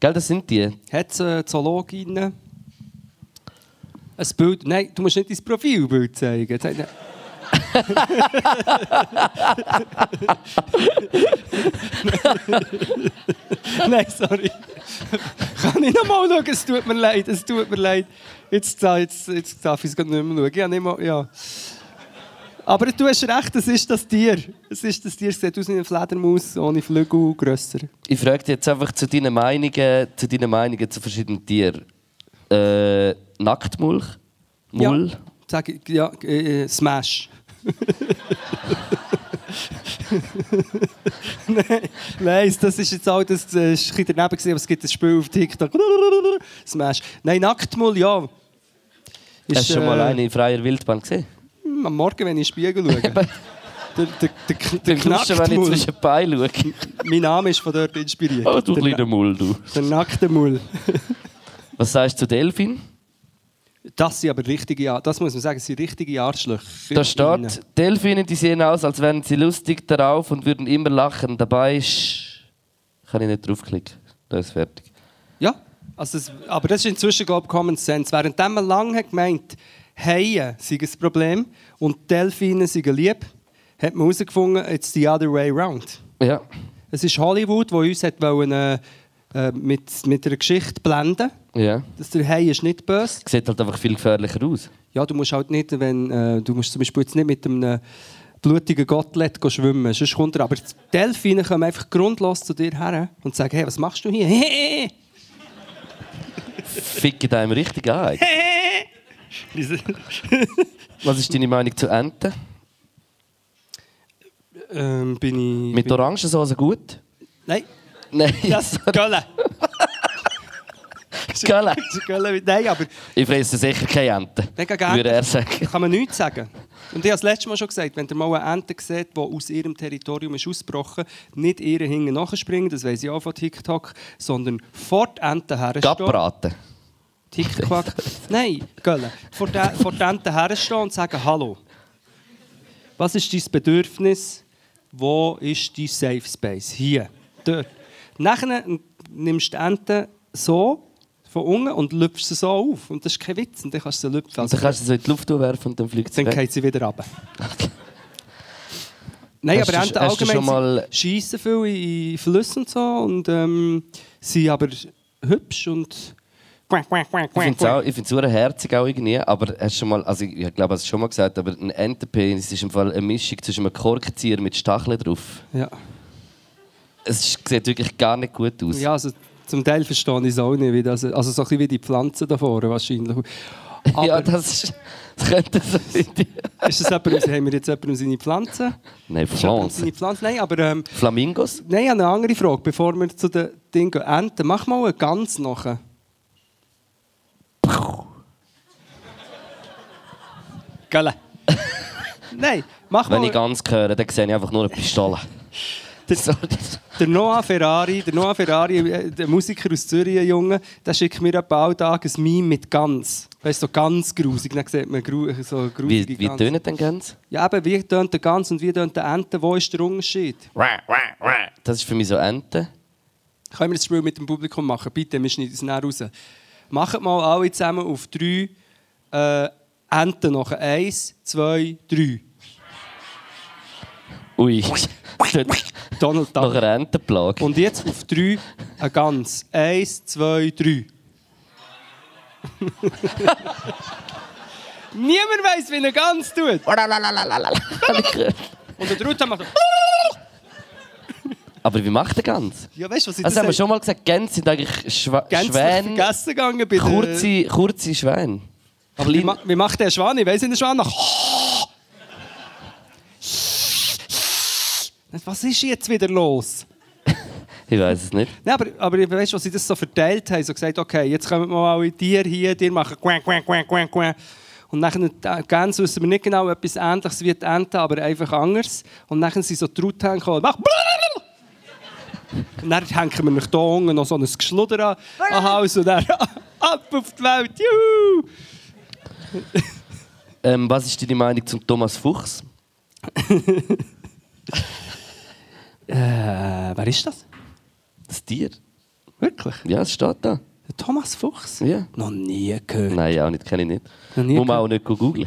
B: Gell, das sind die.
C: Hat es eine Zoologin? Ein Bild? Nein, du musst nicht dein Profilbild zeigen. Jetzt hat- *laughs* Nein, sorry. Kann ich noch mal schauen? Es tut mir leid, es tut mir leid. Jetzt, jetzt, jetzt darf ich es gerade nicht mehr schauen. Ja, nicht mal, ja. Aber du hast recht, es ist das Tier. Es ist das Tier, es sieht aus wie eine Fledermaus, ohne Flügel, grösser.
B: Ich frage dich jetzt einfach zu deinen Meinungen zu, deinen Meinungen zu verschiedenen Tieren. Äh, Nacktmulch? Mull?
C: Ja, sag ich, ja, äh, äh, Smash. *laughs* Nein, Nein, das ist jetzt auch das, das ist ein bisschen daneben gewesen, aber es gibt ein Spiel auf TikTok. *laughs* Smash. Nein, Nacktmull, ja. Ist,
B: Hast du schon mal
C: äh,
B: eine in freier Wildbahn gesehen?
C: hm, *laughs* Am Morgen, wenn ich in den Spiegel schaue. der der, der, der,
B: Ich Duschen, wenn ich
C: Nacktmull.
B: zwischen die Beine schaue.
C: Mein Name ist von dort inspiriert.
B: Oh, du
C: der,
B: kleiner Mull, du.
C: der Nacktmull.
B: Was sagst du zu Delfin?
C: Das sind aber richtige, Ar- das muss man sagen, das sind richtige Arschlöcher.
B: Da steht, Delfine, die sehen aus, als wären sie lustig darauf und würden immer lachen. Dabei ist... Kann ich nicht draufklicken. Da ist fertig.
C: Ja, also das, aber das ist inzwischen glaube ich, Common Sense. Während man lange hat gemeint Haie seien ein Problem und Delfine seien lieb, hat man herausgefunden, it's the other way round.
B: Ja.
C: Es ist Hollywood, wo uns hat wollen, äh, äh, mit, mit einer Geschichte blenden
B: Ja.
C: dass der Hai ist nicht böse.
B: Sieht halt einfach viel gefährlicher aus.
C: Ja, du musst halt nicht, wenn, äh, du musst zum Beispiel jetzt nicht mit einem blutigen Gottlet go schwimmen, sonst kommt er. Aber die Delfine kommen einfach grundlos zu dir her und sagen, hey, was machst du hier? *laughs* Hey,
B: Fickt einem richtig an. eigentlich.
C: hey, hey.
B: Was ist deine Meinung zu Enten?
C: Ähm, bin ich.
B: Mit
C: bin,
B: Orangensauce gut?
C: Nein,
B: Nein.
C: *laughs* das ist Gölle.
B: Gell?
C: Das ist Gölle. Nein, aber
B: *laughs* Ich fresse sicher keine Enten.
C: Mega gerne.
B: Würde er sagen.
C: kann man nichts sagen. Und ich habe das letzte Mal schon gesagt, wenn ihr mal eine Ente seht, die aus ihrem Territorium ist ausgebrochen nicht ihr hinten nachspringen, das weiss ich auch von TikTok, sondern vor die Ente herstehen.
B: Gabbraten. *laughs*
C: Tick-Quack. Nein, Gölle. Vor der- vor die Ente herstehen und sagen Hallo. Was ist dein Bedürfnis? Wo ist dein Safe Space? Hier, dort. Nachher nimmst du die Ente so von unten und lüpfst sie so auf. Und das ist kein Witz. Und dann kannst du sie lüpfen. Also,
B: Also kannst du sie so in die Luft werfen und dann fliegt sie
C: dann
B: weg.
C: geht sie wieder runter. Nein,
B: Hast
C: aber
B: du-
C: Enten
B: hast du schon
C: allgemein
B: mal-
C: schießen viel in Flüsse und so. Und ähm, sind aber hübsch und... Quack, quack, quack,
B: Ich
C: quack,
B: finde es auch,
C: quack.
B: ich find's verdammt herzig auch irgendwie, aber hast du schon mal, also ich, ich glaube, hast du schon mal gesagt, aber ein Enterpenis ist im Fall eine Mischung zwischen einem Korkenzieher mit Stacheln drauf.
C: Ja.
B: Es ist, sieht wirklich gar nicht gut aus.
C: Ja, also zum Teil verstehe ich es auch nicht. Wie das, also so ein bisschen wie die Pflanzen da vorne wahrscheinlich. Aber
B: *laughs* *laughs* Ja, das, ist, das könnte so sein.
C: ist das jemand, haben wir jetzt jemand um seine Pflanzen?
B: Nein,
C: Ist jemand um
B: Pflanzen.
C: Seine Pflanzen? Nein, aber ähm,
B: Flamingos?
C: nein, ich habe eine andere Frage, bevor wir zu den Dingen gehen. Enten, mach mal eine Gans nachher. Gell? nein, mach
B: Wenn
C: mal... *laughs*
B: ich ganz höre, dann sehe ich einfach nur eine Pistole. Sorry.
C: Der Noah Ferrari, der Noah Ferrari, äh, der Musiker aus Zürich, ein Junge, der schickt mir etwa alle Tage ein Meme mit Gans. Weißt du, so ganz grusig, dann sieht man gru so
B: Wie,
C: grusige
B: wie
C: Gans.
B: tönen denn Gänse?
C: Ja, eben, wie tönt der Gans und wie tönt der Ente? Wo ist der Unterschied?
B: Das ist für mich so Ente.
C: Können wir das Spiel mit dem Publikum machen? Bitte, wir schneiden es näher raus. Macht mal alle zusammen auf drei äh, Enten noch. Eins, zwei, drei. *laughs*
B: Ui. Tönt
C: Donald
B: Nach
C: Duck.
B: einer Entenplage.
C: Und jetzt auf drei eine Gans. Eins, zwei, drei. *laughs* Niemand weiß, wie eine Gans tut. *laughs* Und der Dritte macht.
B: Aber wie macht der Gans?
C: Ja, weißt du, was ich
B: Also haben wir
C: das
B: schon mal gesagt, Gänse sind eigentlich Schwa Schwäne.
C: vergessen gegangen bei der-
B: Kurze, kurze Schwäne.
C: Aber wie,
B: Klein-
C: ma- wie macht der Schwan? Ich weiss nicht, der Schwan nach. *laughs* Was ist jetzt wieder los?
B: Ich weiß es nicht.
C: Nein, aber, aber weißt du, was sie das so verteilt haben? So gesagt, okay, jetzt kommen mal alle Tiere hier, die machen quäng, quäng, quäng, quäng, quäng. Und dann die Gänse wissen wir nicht genau, etwas Ähnliches wie die Ente, aber einfach anders. Und dann sind so die Truthähne gekommen und machen blablabla. Und dann hängen wir nicht da unten noch so ein Geschluder an, an Haus und dann *laughs* ab auf die Welt, juhu!
B: Ähm, was ist deine Meinung zum Thomas Fuchs?
C: Äh, wer ist das?
B: Das Tier?
C: Wirklich?
B: Ja, es steht da.
C: Der Thomas Fuchs?
B: Ja.
C: Noch nie gehört.
B: Nein, auch nicht, kenne ich nicht.
C: Noch nie
B: Muss man auch nicht googeln.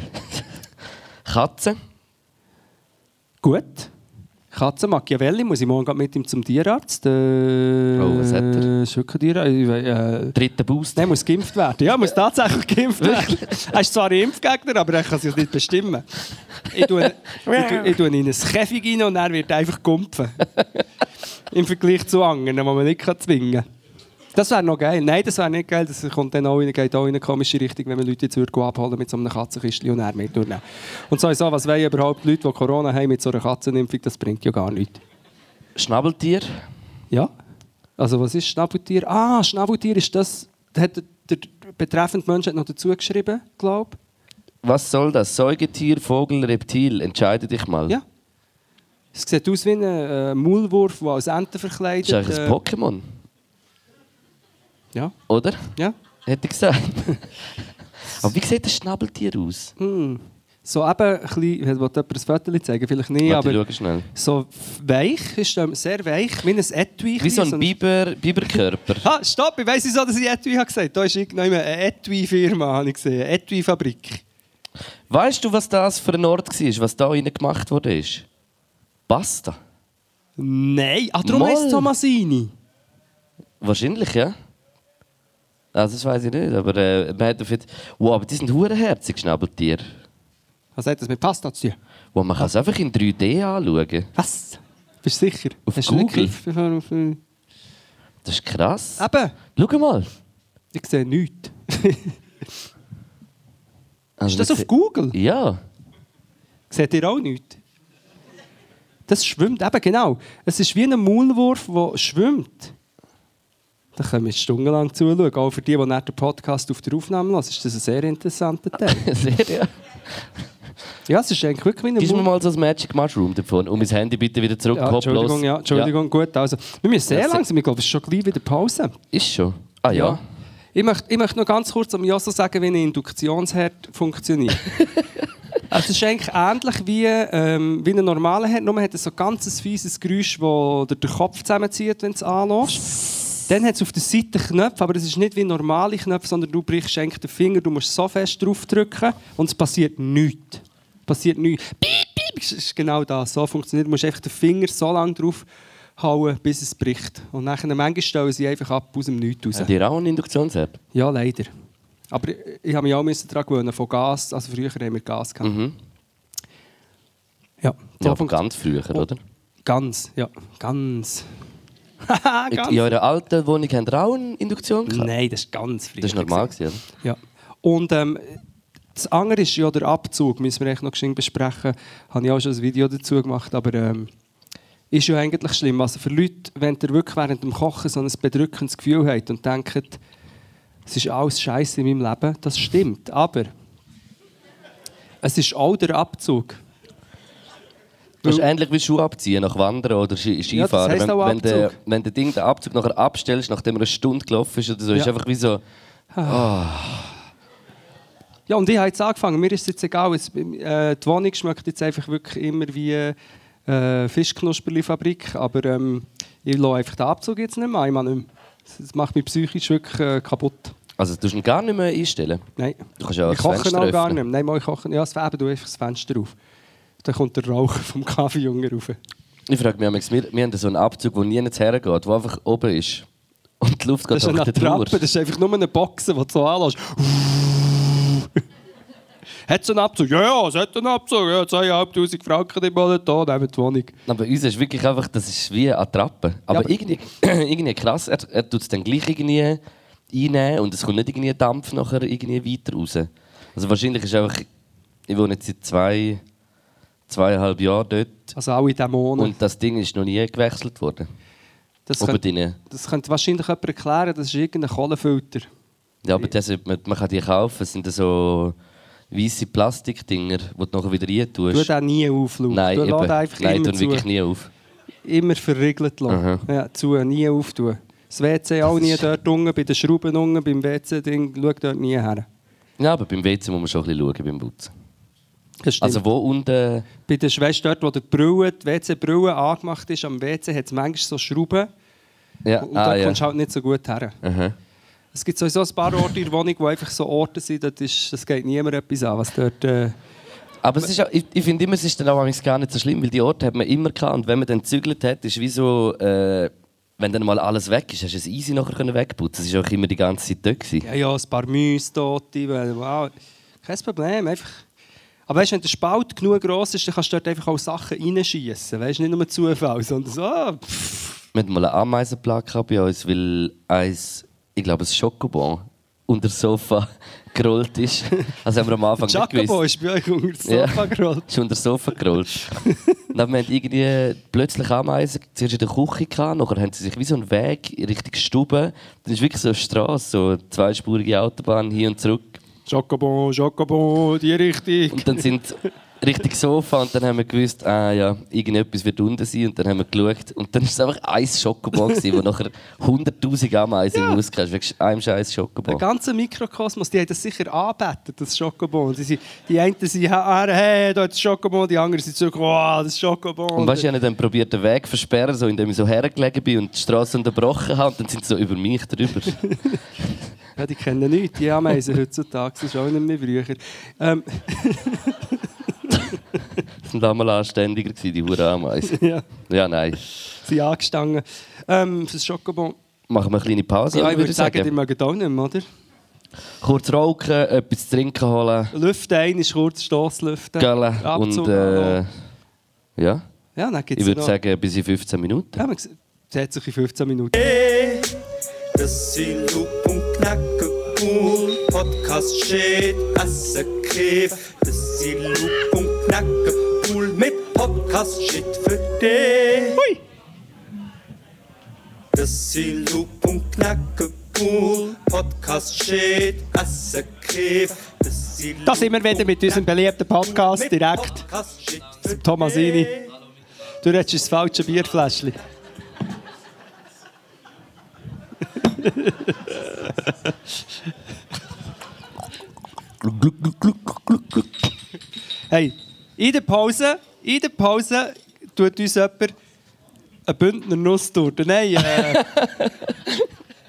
B: *laughs* Katze?
C: Gut. Katze Machiavelli muss ich morgen grad mit ihm zum Tierarzt. Äh,
B: Oh, was hat er?
C: Ist wirklich Tierarzt? Ich wei- Äh,
B: Dritter Boost?
C: Nein, muss geimpft werden. Ja, muss tatsächlich geimpft werden. Er ist zwar ein Impfgegner, aber er kann sich nicht bestimmen. Ich tue, ich tue, ich tue ihn in ein Käfig rein und er wird einfach gumpfen. Im Vergleich zu anderen, die man nicht kann zwingen kann. Das wäre noch geil. Nein, das wäre nicht geil. Das kommt dann auch in, geht auch in eine komische Richtung, wenn man Leute jetzt würde abholen mit so einem Katzenkistchen und er mit durchnehmen. Und sowieso, was wollen überhaupt Leute, die Corona haben, mit so einer Katzenimpfung? Das bringt ja gar nichts.
B: Schnabeltier?
C: Ja. Also was ist Schnabeltier? Ah, Schnabeltier ist das, hat der, der betreffende Mensch hat noch dazu geschrieben, glaube
B: Was soll das? Säugetier, Vogel, Reptil? Entscheide dich mal.
C: Ja. Es sieht aus wie ein äh, Maulwurf, der als Ente verkleidet.
B: Das ist eigentlich ein
C: äh,
B: Pokémon,
C: Ja,
B: oder?
C: ja.
B: Hätte ich gesagt. *laughs* Aber wie sieht das Schnabeltier aus?
C: Hm. So eben ein bisschen, ich wollte jemand ein Foto zeigen, vielleicht nicht,
B: Warte,
C: aber
B: ich schau schnell.
C: so weich, ist ähm, sehr weich, wie ein Etui.
B: Wie so ein Biber, Biberkörper.
C: Ha, stopp, ich weiss wieso, dass ich Etui habe gesagt. Da ist irgendwo eine Etui-Firma, habe ich gesehen, eine Etui-Fabrik.
B: Weißt du, was das für ein Ort war, was da rein gemacht wurde? Basta.
C: Nein, ah, darum
B: Mal.
C: heisst es Tomasini.
B: Wahrscheinlich, ja. Also, das weiß ich nicht, aber äh, man hat auf jeden Wow, aber die sind hurenherzig, Schnabeltiere.
C: Was hat das mit Pasta zu tun?
B: Wow, man kann es einfach in 3D anschauen.
C: Was? Bist du sicher?
B: Auf
C: Hast du nicht
B: Google?
C: gegriffen? Auf, äh,
B: Das ist krass.
C: Eben,
B: Schau mal.
C: ich sehe
B: *laughs*
C: nichts. Ist
B: Also,
C: das
B: man
C: auf
B: sieht-
C: Google?
B: Also, Ja. *laughs*
C: Seht ihr auch nichts? Das schwimmt, eben genau. Es ist wie ein Maulwurf, der schwimmt. Da können wir jetzt stundenlang zuschauen. Auch für die, die nach den Podcast auf der Aufnahme hören, ist das ein sehr interessanter Teil.
B: Sehr, ja.
C: Ja, es ist eigentlich wirklich wie ein
B: Gib mir
C: Maulwurf.
B: mal so ein Magic Mushroom davon. Und mein Handy bitte wieder zurück.
C: Ja,
B: kopflos.
C: Entschuldigung, ja, Entschuldigung, gut. Also, wir müssen sehr
B: Ja, se-
C: langsam, ich glaube, es ist schon gleich wieder Pause.
B: Ja, ist schon. Ah ja.
C: Ich möchte, ich möchte noch ganz kurz am Josso sagen, wie ein Induktionsherd
B: *laughs*
C: funktioniert. also es ist eigentlich ähnlich wie, ähm, wie ein normaler Herd, nur man hat so ein ganz fieses Geräusch, das dir den Kopf zusammenzieht, wenn du es anlässt. Dann hat es auf der Seite Knöpfe, aber es ist nicht wie normale Knöpfe, sondern du brichst eigentlich den Finger, du musst so fest drauf drücken und es passiert nichts. Passiert nichts. Piep, piep, das ist genau das. So funktioniert. Du musst einfach den Finger so lange drauf hauen, bis es bricht. Und nachher manchmal stellen sie einfach ab aus dem Nichts raus.
B: Habt ihr auch einen Induktionsherd?
C: Ja, leider. Aber ich- ich habe mich auch müssen daran gewöhnen, von Gas. Also früher haben wir Gas gehabt. Ja, so
B: Ja, aber
C: funkt-
B: ganz früher,
C: Oh.
B: oder?
C: Ganz, ja, ganz. *laughs* Haha,
B: In
C: ganz.
B: in eurer alten Wohnung habt ihr auch eine Induktion gehabt?
C: Nein, das ist ganz früh.
B: Das war normal, gewesen, oder?
C: Ja. Und ähm, das andere ist ja der Abzug, müssen wir echt noch geschwind besprechen. Habe ich auch schon ein Video dazu gemacht, aber ähm, ist ja eigentlich schlimm. Also für Leute, wenn ihr wirklich während dem Kochen so ein bedrückendes Gefühl habt und denkt, es ist alles Scheiße in meinem Leben, das stimmt. Aber es ist auch der Abzug.
B: Das ist ähnlich wie Schuhe abziehen nach Wandern oder Ski-
C: Ja, das
B: Skifahren.
C: heisst
B: wenn,
C: auch
B: wenn, der,
C: Abzug.
B: wenn der Ding den Abzug nachher abstellst, nachdem er eine Stunde gelaufen ist oder so, ist
C: Ja.
B: einfach wie so.
C: Ja, und ich habe jetzt angefangen. Mir ist es jetzt egal. Jetzt, äh, die Wohnung schmeckt jetzt einfach wirklich immer wie äh, Fischknusperli-Fabrik. Aber ähm, ich lasse einfach den Abzug jetzt nicht mehr. ein, Ich mache nicht mehr. Das- Das macht mich psychisch wirklich äh, kaputt.
B: Also du musst ihn gar nicht mehr einstellen.
C: Nein.
B: Du kannst ja auch
C: ich
B: das
C: koche
B: Fenster
C: auch gar nicht
B: öffnen.
C: mehr. Nein, mal, ich koche. Ja, das Feben, du einfach das Fenster auf. Dann kommt der Rauch vom Kaffeejunger rauf.
B: Ich frage mich, manchmal, wir, wir haben so einen Abzug, der nie hergeht, der einfach oben ist. Und die Luft geht
C: Das ist
B: einfach
C: eine
B: da durch.
C: Trappe, das ist einfach nur eine Box, die du so anlässt. *laughs* hat es einen Abzug? Ja, ja, es hat einen Abzug. Ja, 2'500 Franken im Monat, da, neben die Wohnung.
B: Aber bei uns ist wirklich einfach, das ist wie eine Trappe. Aber,
C: aber-
B: irgendwie, *clears throat* irgendwie krass, er, er tut es dann gleich irgendwie einnehmen und es kommt nicht irgendwie Dampf nachher irgendwie weiter raus. Also wahrscheinlich ist einfach, ich wohne jetzt seit zwei, zweieinhalb Jahren dort
C: Also alle Dämonen.
B: und das Ding ist noch nie gewechselt worden.
C: das,
B: Oben
C: könnte,
B: drin.
C: das könnte wahrscheinlich jemand erklären, das ist irgendein Kohlenfilter.
B: Ja, aber das, man, man kann die kaufen, das sind so weiße Plastikdinger, die du nachher wieder rein
C: Tu
B: tust.
C: den nie auf, Luke.
B: Nein,
C: du
B: eben.
C: lässt den einfach
B: Nein,
C: immer
B: tun
C: zu.
B: wirklich nie auf.
C: Immer verriegelt lassen. Ja, zu, nie auftun. Das WC auch nie dort unten, bei den Schrauben unten, beim WC-Ding, schau dort nie her.
B: Ja, aber beim WC muss man schon ein bisschen schauen, beim Putzen.
C: Das stimmt.
B: Also wo unten...
C: Bei der Schwester, dort, wo der Brille, die WC-Brille angemacht ist, am WC hat es manchmal so Schrauben.
B: Ja,
C: Und
B: ah,
C: da
B: ja.
C: kommst du halt nicht so gut her.
B: Aha.
C: Es gibt sowieso ein paar Orte in der Wohnung, die einfach so Orte sind, das, ist, das geht niemand etwas an, was dort... Äh,
B: Aber es ist auch, ich, ich finde immer, es ist dann auch manchmal gar nicht so schlimm, weil die Orte hat man immer gehabt. Und wenn man dann gezügelt hat, ist wie so, äh, wenn dann mal alles weg ist, hast du es easy nachher können wegputzen. Es war auch immer die ganze Zeit da. Gewesen.
C: ja, ja, ein paar Müsse dort, weil- wow, kein Problem, einfach... Aber weißt, du, wenn der Spalt genug gross ist, dann kannst du dort einfach auch Sachen reinschießen. Weißt du, nicht nur Zufall, sondern so... ah, pff.
B: Wir hatten mal eine Ameisenplage gehabt bei uns, weil eins, ich glaube, ein Schokobon unter das Sofa *laughs* gerollt ist. Also haben wir am Anfang nicht gewusst.
C: Jacobo ist bei euch unter das
B: Ja.
C: Sofa gerollt.
B: Ist unter das Sofa gerollt.
C: *laughs*
B: Und dann haben wir irgendwie plötzlich Ameisen zuerst in der Küche gehabt, nachher haben sie sich wie so einen Weg in Richtung Stube. Dann ist wirklich so eine Straße, so eine zweispurige Autobahn hier und zurück.
C: Jacobo, Jacobo, die Richtung.
B: Und dann sind richtig Sofa und dann haben wir gewusst, ah ja, irgendetwas wird unten sein und dann haben wir geschaut und dann ist es einfach ein Schokobon gewesen, wo nachher 100'000 Ameisen im Haus gehabt wegen einem scheiß
C: Der
B: Schokobon.
C: ganze Mikrokosmos, die haben das sicher anbetet, das Schokobon. Die, sind, die einen sind, ah, hey, da ist das Schokobon, die anderen sind zurück, wow, das Schokobon.
B: Und weißt du, ich habe dann probiert, den Weg zu versperren, so, indem ich so hergelegen bin und die Straße unterbrochen habe. Und dann sind sie so über mich drüber.
C: ja, die kennen nichts, die Ameisen heutzutage, das ist auch nicht mehr wie früher. Ähm,
B: Das waren damals anständiger, gewesen, die Huramaisen.
C: *laughs* ja,
B: Ja, nein.
C: sind angestanden. Ähm, für das Schokobon,
B: Machen wir eine kleine Pause,
C: ja,
B: Also, würde
C: ich würde sagen, die mögen auch nicht mehr, oder?
B: Kurz rauchen, etwas zu trinken holen,
C: Lüften ein, ist kurz Stosslüften.
B: gellen und... Äh, ja,
C: ja, dann gibt
B: ich
C: es
B: würde
C: noch...
B: sagen, bis in 15 Minuten.
C: Ja, man sieht es hat sich in 15 Minuten.
A: Eh, Das sind Luke und Knacken cool. Podcast steht, Essen Kiff. Das sind Luke und Knacken cool mit Podcast steht für dich.
C: Hui.
A: Das sind Luke und Knacken cool. Podcast steht, Essen Kiff. Das sind
C: Da sind wir wieder mit unserem beliebten Podcast direkt.
A: Zum
C: Tomasini. Du redest das falsche Bierfläschchen. Hey, in der Pause, in der Pause tut uns jemand eine Bündner Nuss durch. Nein,
B: *laughs*
C: äh,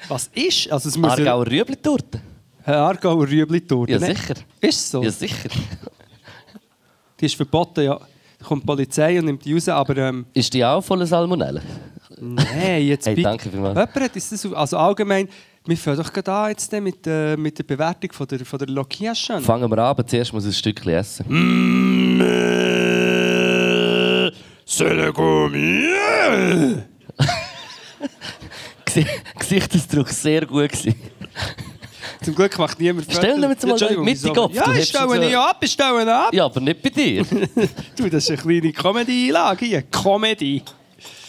C: was ist? Also es muss
B: Aargauer Rüebli-Torte.
C: Eine Aargauer Rüebli-Torte.
B: Ja,
C: Nein.
B: sicher.
C: Ist es so?
B: Ja, sicher.
C: Die ist verboten, ja. Da kommt die Polizei und nimmt die raus, aber... Ähm,
B: Ist die auch voller Salmonellen?
C: Nein, jetzt
B: Hey,
C: bitte.
B: danke vielmals.
C: Jemand hat uns das auf, also allgemein, wir fangen doch gerade an jetzt dann mit, äh, mit der Bewertung von der, von der Location.
B: Fangen wir an, aber zuerst muss ich ein Stückchen essen.
C: Mm.
B: Gesi- *laughs* Gesichtsausdruck sehr gut gewesen.
C: Zum Glück macht niemand
B: Stellen wir jetzt mal
C: Entschuldigung,
B: mit in den
C: wieso?
B: Kopf,
C: Ja,
B: du
C: ich
B: hebst
C: stelle
B: jetzt
C: ihn ab, ich stelle ihn ab.
B: Ja, aber nicht
C: *laughs*
B: bei dir.
C: Du, das ist eine kleine Comedy-Einlage hier. Comedy.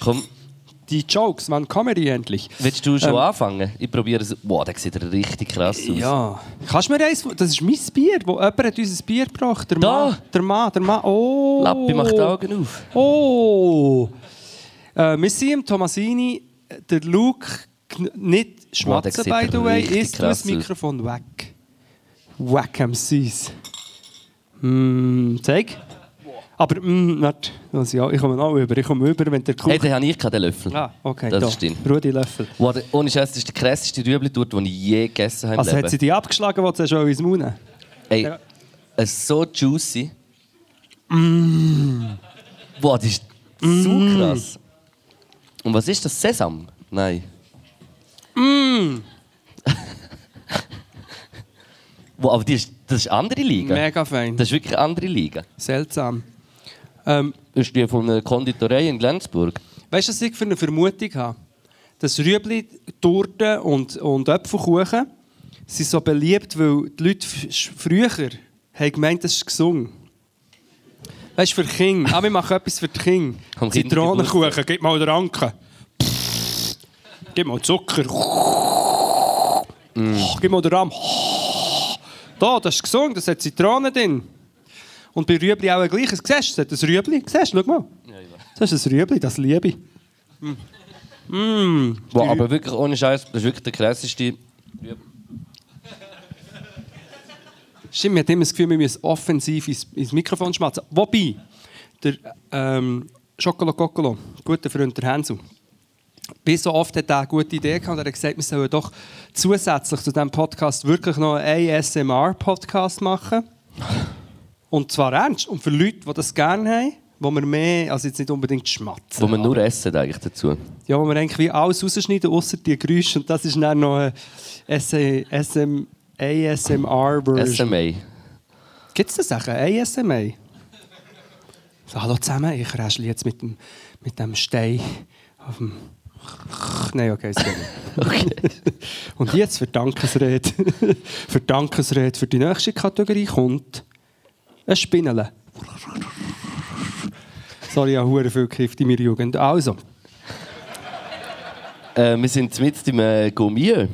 B: Komm,
C: die Jokes, man, Comedy endlich.
B: Willst du schon anfangen? Ich probiere es. Wow, der sieht richtig krass aus.
C: Ähm. Ja. Kannst du mir eins... Das ist mein Bier, wo jemand hat uns ein Bier gebracht. Der
B: Da.
C: Mann, der Mann, der Mann. Oh.
B: Lappi macht die Augen auf.
C: Oh. Äh, wir sind im Tomasini. Der Luke, kn- nicht
B: Oh, der
C: schmatzen,
B: sieht
C: by the way,
B: richtig
C: ist das
B: krass aus.
C: Mikrofon weg. Wack MCs. Mm, zeig. Aber, mm, nicht. Also, ja, ich komme auch über. Ich komme über, wenn der Kuchen...
B: Hey, den habe ich gerade, den Löffel.
C: ah, okay,
B: das
C: da.
B: ist dein.
C: Rudi Löffel.
B: Wow, der, ohne Scheiß, das ist der krasseste Rüebli-Tour, den ich je gegessen habe im
C: Also
B: Leben.
C: hat sie dich abgeschlagen, wo du schon ins Mund nehmen?
B: Ey,
C: Ja.
B: es ist so juicy.
C: Mm.
B: Wow, das ist so krass. Und was ist das? Sesam? Nein.
C: Mm.
B: *laughs* wow, aber die ist, das ist andere Liga.
C: Mega fein.
B: Das ist wirklich andere Liga.
C: Seltsam. Ähm,
B: Das ist die von einer Konditorei in Glenzburg.
C: weißt du, was ich für eine Vermutung habe? Dass Rüebli, Torten und, und Äpfelkuchen sind so beliebt, weil die Leute f- sch- früher haben gemeint, das ist gesungen. Weißt du, für die Kinder. Ah, wir machen etwas für die Kinder.
B: Am
C: Zitronenkuchen, gib mal den Anken. Gib mal Zucker. Gib mal den Rahm. Da, das ist gesungen, das hat Zitronen drin. Und bei Rüebli auch gleich. Siehst du, es hat ein Rüebli. Siehst du, schau mal. Das ist ein Rüebli, das liebe ich.
B: Wow, aber wirklich ohne Scheiß, das ist wirklich der krasseste.
C: Stimmt, man hat immer das Gefühl, wir müssen offensiv ins, ins Mikrofon schmatzen. Wobei, der ähm, Schokolo Kokolo, guter Freund der Hänsel, bis so oft hat er eine gute Idee gehabt und er hat gesagt, wir sollen doch zusätzlich zu diesem Podcast wirklich noch einen ASMR-Podcast machen. Und zwar ernst. Und für Leute, die das gerne haben, wo wir mehr, also jetzt nicht unbedingt schmatzen.
B: Wo man nur essen eigentlich dazu.
C: Ja, wo wir eigentlich wie alles rausschneiden, außer die Geräusche. Und das ist dann noch eine ASM, ASMR-Version.
B: SMA.
C: Gibt es das auch? Eine ASMR? So, hallo zusammen, ich räschle jetzt mit dem, mit dem Stein auf dem... Nein, okay, es geht nicht.
B: Okay.
C: Und jetzt für die *laughs* Dankesrede. für die Dankesrede für die nächste Kategorie kommt ein Spinnele. Sorry, ich habe verdammt viel gekifft in meiner Jugend. Also,
B: Äh, wir sind mit im äh, Gourmet.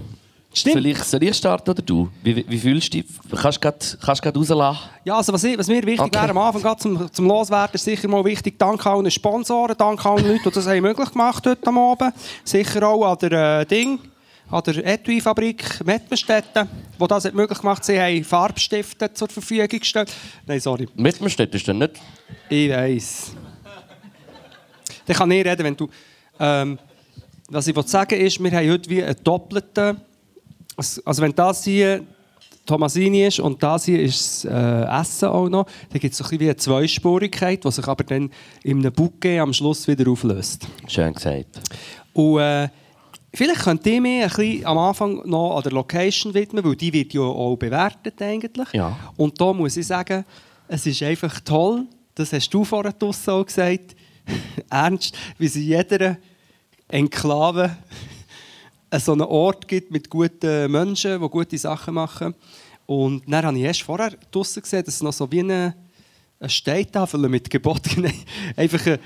C: Stimmt.
B: Soll ich, soll ich starten oder du? Wie, wie fühlst du dich? Kannst du grad- kannst du gerade rauslassen?
C: Ja, also was, ich, was mir wichtig
B: Okay.
C: wäre am Anfang gerade zum, zum Loswerden, ist sicher mal wichtig, danke allen Sponsoren, danke allen Leuten, die das haben möglich gemacht heute am Abend. Sicher auch an der äh, Ding, an der Etui-Fabrik Mettmerstetten, die das hat möglich gemacht hat. Sie haben Farbstifte zur Verfügung gestellt. Nein, sorry,
B: Mit mir steht ist dann nicht.
C: ich weiss. Dann kann ich reden, wenn du... Ähm, was ich wollte sagen ist, wir haben heute wie einen doppelten... Also wenn das hier Tomasini ist und das hier ist das äh, Essen auch noch, dann gibt es so ein bisschen wie eine Zweispurigkeit, die sich aber dann in einem Bouquet am Schluss wieder auflöst.
B: Schön gesagt.
C: Und äh, vielleicht könnt ihr mir ein bisschen am Anfang noch an der Location widmen, weil die wird ja auch bewertet eigentlich.
B: Ja.
C: Und da muss ich sagen, es ist einfach toll, das hast du vorhin draussen auch gesagt, *laughs* Ernst, wie es in jeder Enklave *laughs* so einen Ort gibt mit guten Menschen, die gute Sachen machen. Und dann habe ich erst vorher draussen gesehen, dass es noch so wie eine, eine Steintafel mit *laughs* Geboten Nein, einfach eine,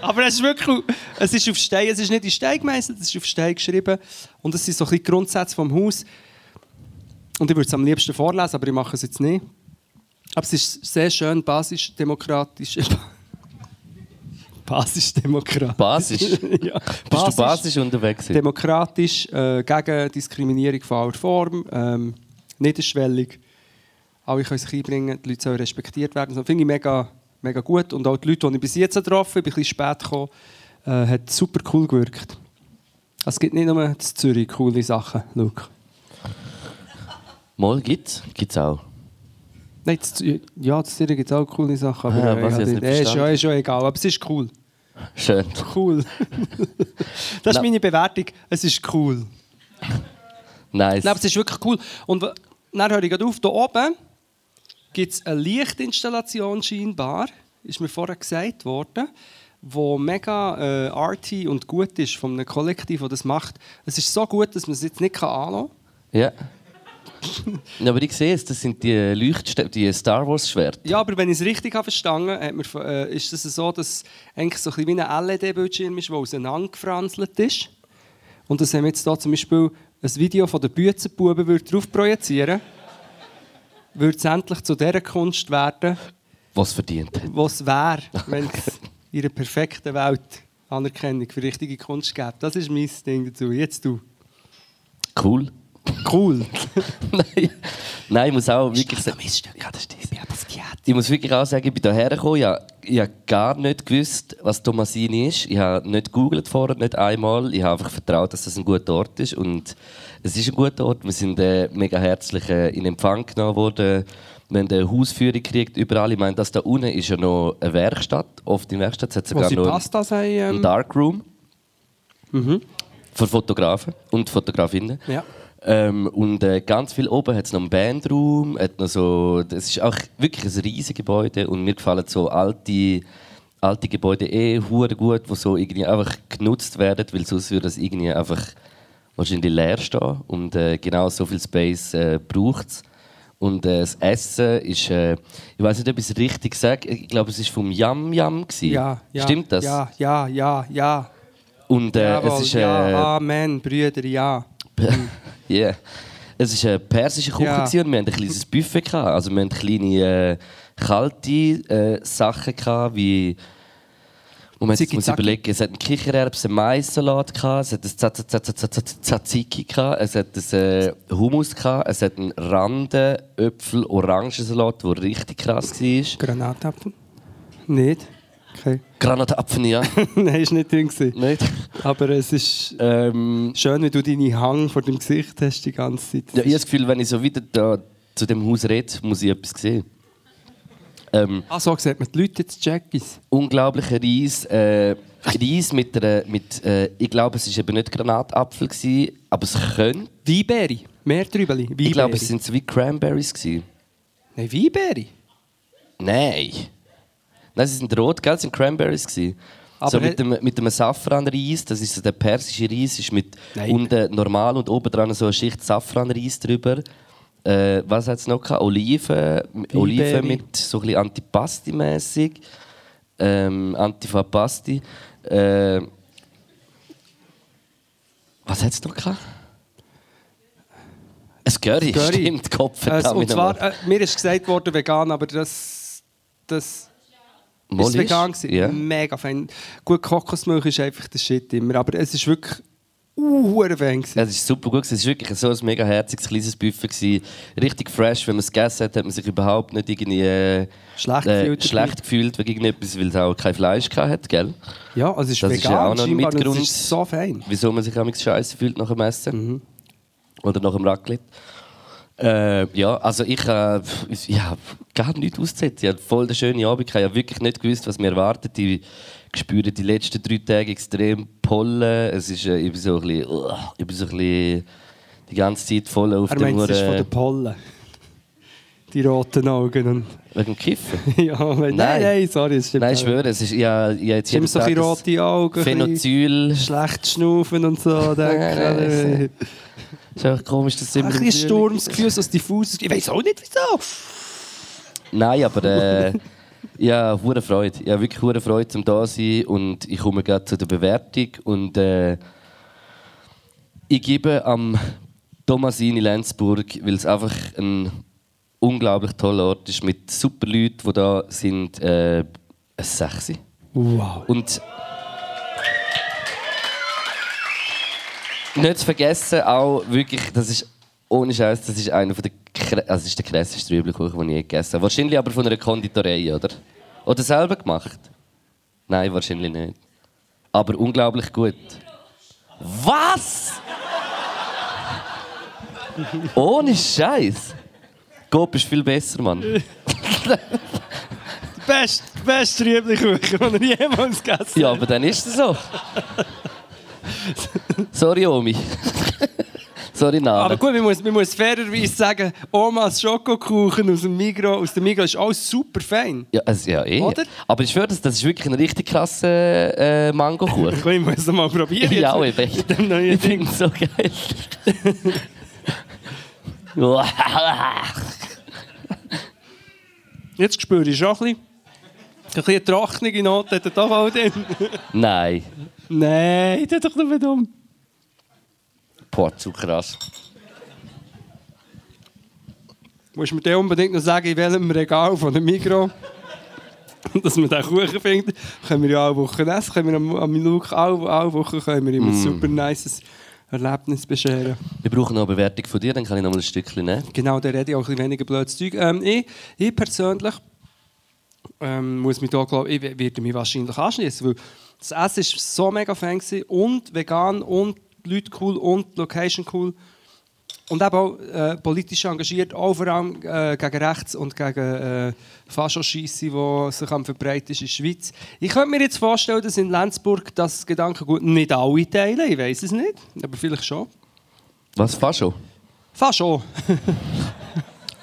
C: aber es ist wirklich, es ist auf Stein, es ist nicht in Stein gemeißelt, es ist auf Stein geschrieben. Und das sind so ein bisschen die Grundsätze vom Haus. Und ich würde es am liebsten vorlesen, aber ich mache es jetzt nicht. Aber es ist sehr schön basisch *laughs* demokratisch. Basisch demokratisch.
B: Basisch?
C: *laughs* ja.
B: Bist du basisch unterwegs? gewesen?
C: Demokratisch, äh, gegen Diskriminierung von aller Form, ähm, niederschwellig. Alle können sich einbringen, die Leute sollen respektiert werden. Das finde ich mega, mega gut. Und auch die Leute, die ich bis jetzt getroffen habe, ich bin ein bisschen spät gekommen, äh, hat super cool gewirkt. Also, Es gibt nicht nur in Zürich coole Sachen, Luke.
B: Mal gibt's? Gibt's auch.
C: Nein, in Zü- ja, in Zürich gibt es auch coole Sachen.
B: Ah,
C: äh,
B: was, ich
C: ja,
B: hab's nicht
C: äh, ist, ja,
B: verstanden.
C: ist ja egal, aber es ist cool.
B: Schön. *laughs*
C: Cool. das ist
B: Na-
C: meine Bewertung. Es ist cool.
B: Nice.
C: Nein, aber es ist wirklich cool. Und w- dann höre ich gerade auf, hier oben gibt es eine Lichtinstallation scheinbar, ist mir vorher gesagt worden, wo mega äh, arty und gut ist von einem Kollektiv, das das macht. Es ist so gut, dass man es jetzt nicht anlassen kann.
B: Ja. *laughs* Ja, aber ich sehe es, das sind die Leuchtstäbe, die Star Wars Schwerter.
C: Ja, aber wenn ich es richtig habe verstanden habe, äh, ist es das so, dass es eigentlich so ein bisschen wie ein LED-Bildschirm ist, der auseinandergefranzelt ist. Und das haben wir jetzt hier zum Beispiel ein Video von den Büzenbuben würde drauf projizieren. Würde es endlich zu dieser Kunst werden,
B: Was verdient hat.
C: was wäre, wenn es in einer perfekten Welt Anerkennung für richtige Kunst gäbe. Das ist mein Ding dazu. Jetzt du.
B: Cool.
C: Cool.
B: *laughs* Nein. Nein, ich muss auch wirklich sagen. Ja, das ist deins. Ich muss wirklich auch sagen, ich bin hierher gekommen, ich habe, ich habe gar nicht gewusst, was Tomasini ist. Ich habe nicht gegoogelt vorher, nicht einmal. Ich habe einfach vertraut, dass das ein guter Ort ist. Und es ist ein guter Ort. Wir sind äh, mega herzlich äh, in Empfang genommen worden. Wir haben eine Hausführung gekriegt überall. Ich meine, das da unten ist ja noch eine Werkstatt. Oft in Werkstatt hat es
C: Wo
B: sogar
C: sie
B: noch
C: Pastas haben.
B: einen
C: Ähm,
B: Darkroom. Für Fotografen und Fotografinnen.
C: Mhm. Ja.
B: Ähm, und äh, ganz viel oben hat es noch einen Bandraum. Hat noch so, das ist auch wirklich ein riesiges Gebäude. Und mir gefallen so alte, alte Gebäude eh hure gut, die so irgendwie einfach genutzt werden, weil sonst würde das irgendwie einfach wahrscheinlich leer stehen. Und äh, genau so viel Space äh, braucht es. Und äh, das Essen ist, äh, ich weiß nicht, ob ich es richtig sage, ich glaube, es ist vom Yam Yam. gewesen.
C: ja, ja,
B: Stimmt das?
C: Ja, ja, ja, ja.
B: Und äh,
C: Jawohl,
B: es ist. Äh,
C: ja, ah. Amen, Brüder, ja.
B: *laughs* yeah. Es ist eine persische Küche
C: Ja.
B: ja. und wir hatten ein kleines Buffet. Gehabt. Also wir hatten kleine äh, kalte äh, Sachen, gehabt, wie... Moment, jetzt muss ich
C: Ziki-Zaki.
B: überlegen. Es hat einen Kichererbsen, einen Maissalat, gehabt, es hat ein Za- Za- Za- Za- Za- Za- Tzatziki, gehabt, es hat ein äh, Hummus, gehabt, es hat einen Randen, Äpfel, Orangensalat, der richtig krass war.
C: Granatapfel? Nicht? Okay. *laughs*
B: Granatapfen, ja.
C: Nein, ist nicht drin. gewesen.
B: *laughs* Nicht?
C: Aber es ist
B: Ähm,
C: schön, wie du deine Hang vor dem Gesicht hast die ganze Zeit.
B: Ja, ich habe das Gefühl, wenn ich so wieder da zu dem Haus rede, muss ich etwas sehen. Ähm,
C: Ah, so sieht man die Leute jetzt Jackies.
B: unglaublicher Reis. Äh, Reis mit einer, mit, äh, ich glaube, es war eben nicht Granatapfel, gewesen, aber es könnte.
C: Weinbeere. Mehr Trübeli.
B: Ich glaube, es sind so wie Cranberries. Gewesen.
C: Nein, Weinbeere.
B: Nein. Nein, sie sind rot, gell? Es sind Cranberries. Gewesen.
C: Aber
B: so
C: he-
B: mit dem, mit dem Safranreis, das ist so der persische Reis, ist mit
C: Nein.
B: unten normal und oben dran so eine Schicht Safranreis drüber. Äh, was hat es noch gehabt? Oliven, Oliven mit so ein bisschen Antipasti-mässig. Ähm, Antifapasti. Äh, was hat es noch gehabt? Ein Curry,
C: Curry.
B: *laughs* *laughs* stimmt, Kopf.
C: Äh,
B: verdammt
C: und zwar,
B: nochmal.
C: äh, mir ist gesagt worden, vegan, aber das... das
B: Mal
C: ist vegan gewesen.
B: Ja.
C: Mega Fan. Gut, Kokosmilch ist einfach der Shit immer, aber es ist wirklich... Uh, Fan gewesen.
B: Es war super gut. gewesen. Es war wirklich so ein mega herziges, kleines Buffet. gewesen. Richtig fresh. Wenn man es gegessen hat, hat man sich überhaupt nicht irgendwie äh,
C: Schlecht gefühlt dabei.
B: schlecht gefühlt wegen irgendetwas, weil es auch kein Fleisch hatte, gell?
C: Ja, also es ist
B: Das ist ja
C: vegan
B: auch noch ein
C: scheinbar und
B: Mitgrund.
C: es ist so fein. Mhm.
B: Wieso man sich auch scheiße fühlt nach dem Essen. Oder nach dem Raclette. Äh, ja, also ich habe äh, ja, gar nichts auszusetzen. Ich hatte voll den schönen Abend. Ich habe wirklich nicht gewusst, was mir erwartet. Ich spüre die letzten drei Tage extrem Pollen. Es ist, äh, ich bin so ein bisschen, uh, ich bin so ein bisschen die ganze Zeit voll auf
C: Er
B: dem
C: meint, es ist
B: Hure-
C: von den Pollen. Die roten Augen. Und *laughs*
B: Wegen dem Kiffen?
C: ja, nein, nein, nein, sorry, es stimmt.
B: Nein,
C: auch.
B: ich schwöre, es ist ja, ja
C: Es ist
B: jetzt
C: immer
B: jeden
C: so ein
B: Tag
C: bisschen
B: ein
C: rote Augen, ein bisschen
B: Phenozyl.
C: schlecht schnaufen und so. denke ich.
B: Ist einfach komisch, dass es immer
C: Ein
B: im
C: bisschen
B: Frühling-
C: Sturmsgefühl, so aus diffus. Ich weiß auch nicht wieso.
B: Nein, aber äh, *laughs* ja, hure Freude. Ja, wirklich hure Freude, zum da zu sein und ich komme gerade zu der Bewertung und äh, ich gebe am Thomasini Lenzburg, weil es einfach ein unglaublich toller Ort ist mit super Leuten, die da sind, äh, ein Sechsi.
C: Wow.
B: Und nicht zu vergessen, auch wirklich, das ist ohne Scheiß, das ist einer von der, krä- also es ist der krasseste Rübelkuchen, den ich je gegessen habe. Wahrscheinlich aber von einer Konditorei, oder? Oder selber gemacht? Nein, wahrscheinlich nicht. Aber unglaublich gut. Was? ohne Scheiß. Coop ist viel besser, Mann.
C: Best, best Rüebli-Kuchen, den er jemals gegessen
B: Ja, aber dann ist es so. Sorry, Omi. Sorry,
C: Aber
B: Name.
C: gut, man muss, man muss fairerweise sagen, Omas Schokokuchen aus dem Migro, aus dem Migro ist alles super fein.
B: Ja, also, ja, eh.
C: Oder?
B: Aber ich schwöre, das das ist wirklich ein richtig krasser äh,
C: *laughs*
B: Mangokuchen.
C: Ich muss es mal probieren. *laughs*
B: ich
C: jetzt.
B: auch, eben.
C: dem neuen
B: Ich finde es so geil.
C: Jetzt spüre ich schon ein bisschen. Ein bisschen eine trockene Note hat er doch auch drin.
B: *laughs* Nein.
C: Nein, das ist doch nur dumm.
B: Boah, zu krass.
C: Musst du mir den unbedingt noch sagen, in welchem Regal von dem Mikro. *laughs* Dass man den Kuchen findet, können wir ja alle Wochen essen. Können wir am, am Look alle, alle Wochen können wir immer ein super nices Erlebnis bescheren.
B: Wir brauchen noch eine Bewertung von dir, dann kann ich noch mal ein Stückchen nehmen.
C: Genau, da rede ich auch ein bisschen weniger blödes Zeug. Ähm, ich, ich persönlich ähm, muss mich da, glaub, ich we- werde mich wahrscheinlich anschließen, weil das Essen ist so mega fan gewesen und vegan und die Leute cool und die Location cool und eben auch äh, politisch engagiert, auch vor allem äh, gegen rechts und gegen äh, Faschoscheisse, die sich am verbreiten ist in der Schweiz. Ich könnte mir jetzt vorstellen, dass in Lenzburg das Gedankengut nicht alle teilen, ich weiß es nicht, aber vielleicht schon.
B: Was? Fast schon?
C: Fast schon.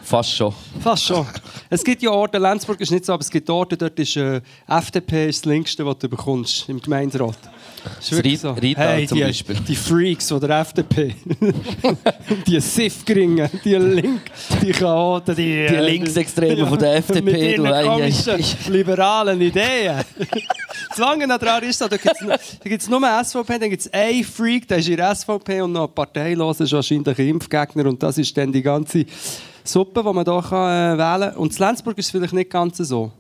B: Fast schon.
C: Fast schon. Es gibt ja Orte, Lenzburg ist nicht so, aber es gibt Orte, dort ist äh, FDP ist das Linkste, was du bekommst im Gemeinderat. Ist wirklich
B: Ried- Riedal zum
C: die,
B: Beispiel.
C: die Freaks von der
B: *laughs*
C: FDP. die Siffgringen, die Link, die Chaoten, die... äh,
B: Die Linksextremen
C: *laughs*
B: von der FDP,
C: Mit ihren
B: du, ei, ei,
C: komischen, liberalen Ideen. Zwangen daran ist da gibt's nur- da gibt es nur SVP, dann gibt es einen Freak, der ist in der SVP und noch parteilos ist wahrscheinlich ein Impfgegner und das ist dann die ganze Suppe, die man hier kann, äh, wählen kann. Und in Lenzburg ist es vielleicht nicht ganz so.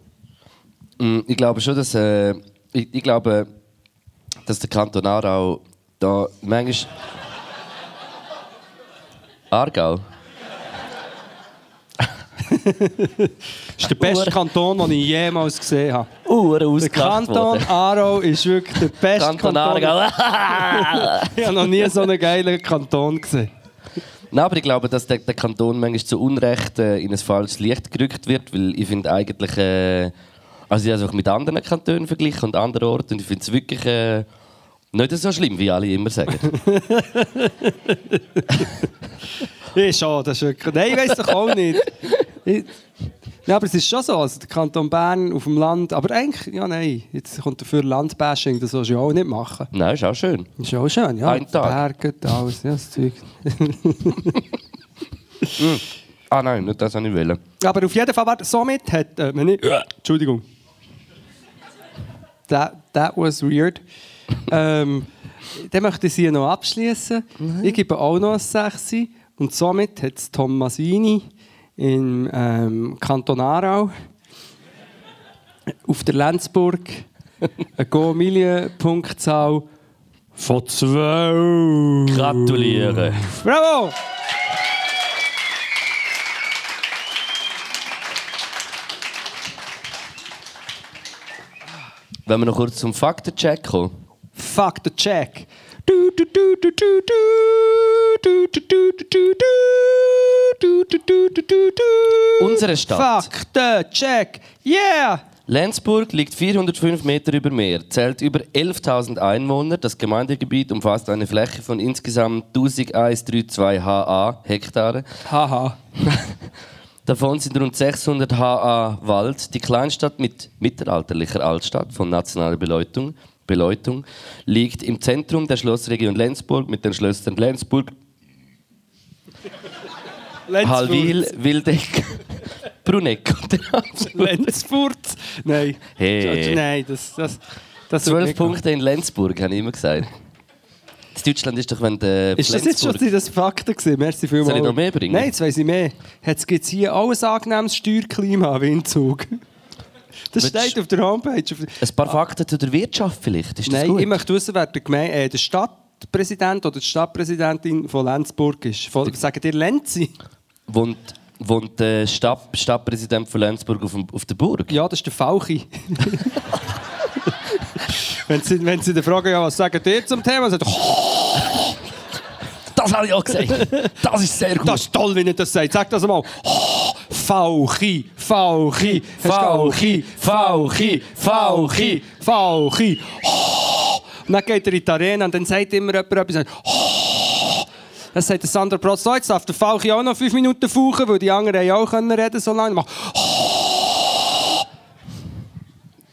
B: Mm, Ich glaube schon, dass, äh, ich, ich glaube, dass der Kanton Aargau da manchmal... Aargau?
C: Das ist der beste
B: Ur-
C: Kanton, den ich jemals gesehen habe.
B: Uhr
C: Der Kanton Aarau ist wirklich der beste Kanton. *laughs*
B: Kanton Aargau.
C: Ich habe noch nie so einen geilen Kanton gesehen.
B: Nein, aber ich glaube, dass der, der Kanton manchmal zu Unrecht äh, in ein falsches Licht gerückt wird, weil ich finde eigentlich, äh, also ich habe es auch mit anderen Kantonen verglichen und anderen Orten und ich finde es wirklich äh, nicht so schlimm, wie alle immer sagen. *laughs*
C: Ich schon, oh, das ist wirklich... Nein, ich weiß doch auch nicht. Ich, ja, aber es ist schon so, also der Kanton Bern auf dem Land, aber eigentlich, ja nein, jetzt kommt dafür Landbashing, das sollst du ja auch nicht machen.
B: Nein, ist auch schön.
C: Ist ja auch schön, ja.
B: Ein Tag.
C: Berge, alles, ja, das Zeug.
B: Ah nein, nicht das wollte ich. Wollen.
C: Aber auf jeden Fall, warte, somit hat äh, man nicht... Entschuldigung. That, that was weird. ähm, dann möchte ich sie noch abschließen. Ich gebe auch noch ein 6. Und somit hat es Tommasini im ähm, Kanton Aarau auf der Lenzburg eine Go-Million-Punktzahl von 12.
B: Gratuliere.
C: Bravo!
B: Wenn wir noch kurz zum Faktencheck kommen.
C: Fuck the check. Du, du, du, du, du, du, du, du, du, du, du, du, du, du, du, du.
B: Unsere Stadt.
C: Fuck the check. Yeah!
B: Lenzburg liegt 405 Meter über Meer, zählt über 11.000 Einwohner. Das Gemeindegebiet umfasst eine Fläche von insgesamt 1132 HA Hektare.
C: Haha.
B: Davon sind rund 600 HA Wald. Die Kleinstadt mit mittelalterlicher Altstadt von nationaler Beleuchtung, Beleuchtung liegt im Zentrum der Schlossregion Lenzburg mit den Schlössern Lenzburg, Halwil, Wildeck, *laughs* Bruneck und den Amsel.
C: Lenzfurt. Nein.
B: Hey.
C: Nein, das... das das wird
B: Zwölf
C: nicht gehen.
B: Punkte in Lenzburg, habe ich immer gesagt. In Deutschland ist doch, wenn der
C: Ist das jetzt schon
B: Flensburg-
C: das Fakten gewesen? Merci vielmals.
B: Soll ich noch mehr bringen?
C: Nein, jetzt weiss ich mehr. Jetzt gibt es hier auch ein angenehmes Steuerklima im Inzug. Das
B: Willst-
C: steht auf der Homepage. Auf der
B: Ein paar Fakten zu der Wirtschaft vielleicht, ist das
C: Nein,
B: gut?
C: ich möchte wissen, wer der, Geme äh, der Stadtpräsident oder die Stadtpräsidentin von Lenzburg ist. Von, sagen dir Lenzi?
B: Wohnt, wohnt der Stadt, Stadtpräsident von Lenzburg auf, dem, auf der Burg?
C: Ja, das ist der Fauchi. *laughs* wenn, sie, wenn sie dann fragen, ja, was sagen dir zum Thema, sagt er, «Oh,
B: Das habe ich auch gesagt. Das ist sehr gut.
C: das ist toll, wenn ihr das sagt. Sag das mal. Oh, Fauchi, Fauchi, Fauchi, Fauchi, Fauchi, Fauchi. Oh. Und dann geht er in die Arena und dann sagt immer jemand etwas. und sagt, «Oh.» Dann sagt der Sandra Protz, «So, jetzt darf der Fauchi auch noch fünf Minuten fauchen, weil die anderen haben ja auch können reden so lange. Und macht, «Oh.»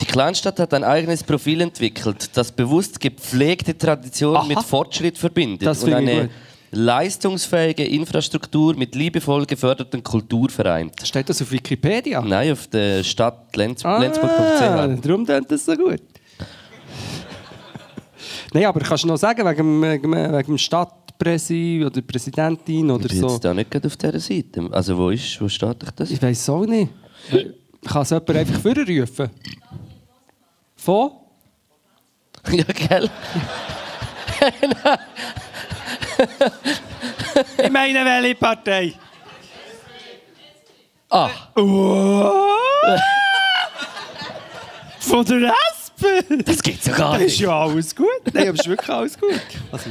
B: Die Kleinstadt hat ein eigenes Profil entwickelt, das bewusst gepflegte Tradition
C: Aha.
B: mit Fortschritt verbindet
C: Das
B: und
C: finde ich
B: eine
C: gut.
B: leistungsfähige Infrastruktur mit liebevoll geförderten Kultur vereint.
C: Steht das auf dus Wikipedia?
B: Nein, auf der Stadt Lenz
C: Ah,
B: Lenzburg.ch.
C: darum tönt das so gut. Nein, aber kannst du noch sagen, wegen, dem- wegen, dem- wegen dem Stadtpräsi oder Präsidentin
B: Ich
C: oder
B: bin
C: so?
B: jetzt da nicht gerade auf dieser Seite. Also wo ist, wo steht doch das?
C: Ich weiß auch nicht. Kann es jemand einfach vorrufen? Von?
B: *laughs* ja, gell?
C: Ich meine, welche Partei?
B: Ah,
C: Von der SP?
B: das gibt's ja gar
C: Das ist
B: nicht.
C: ja alles gut. Nein, aber es ist wirklich alles gut. Also,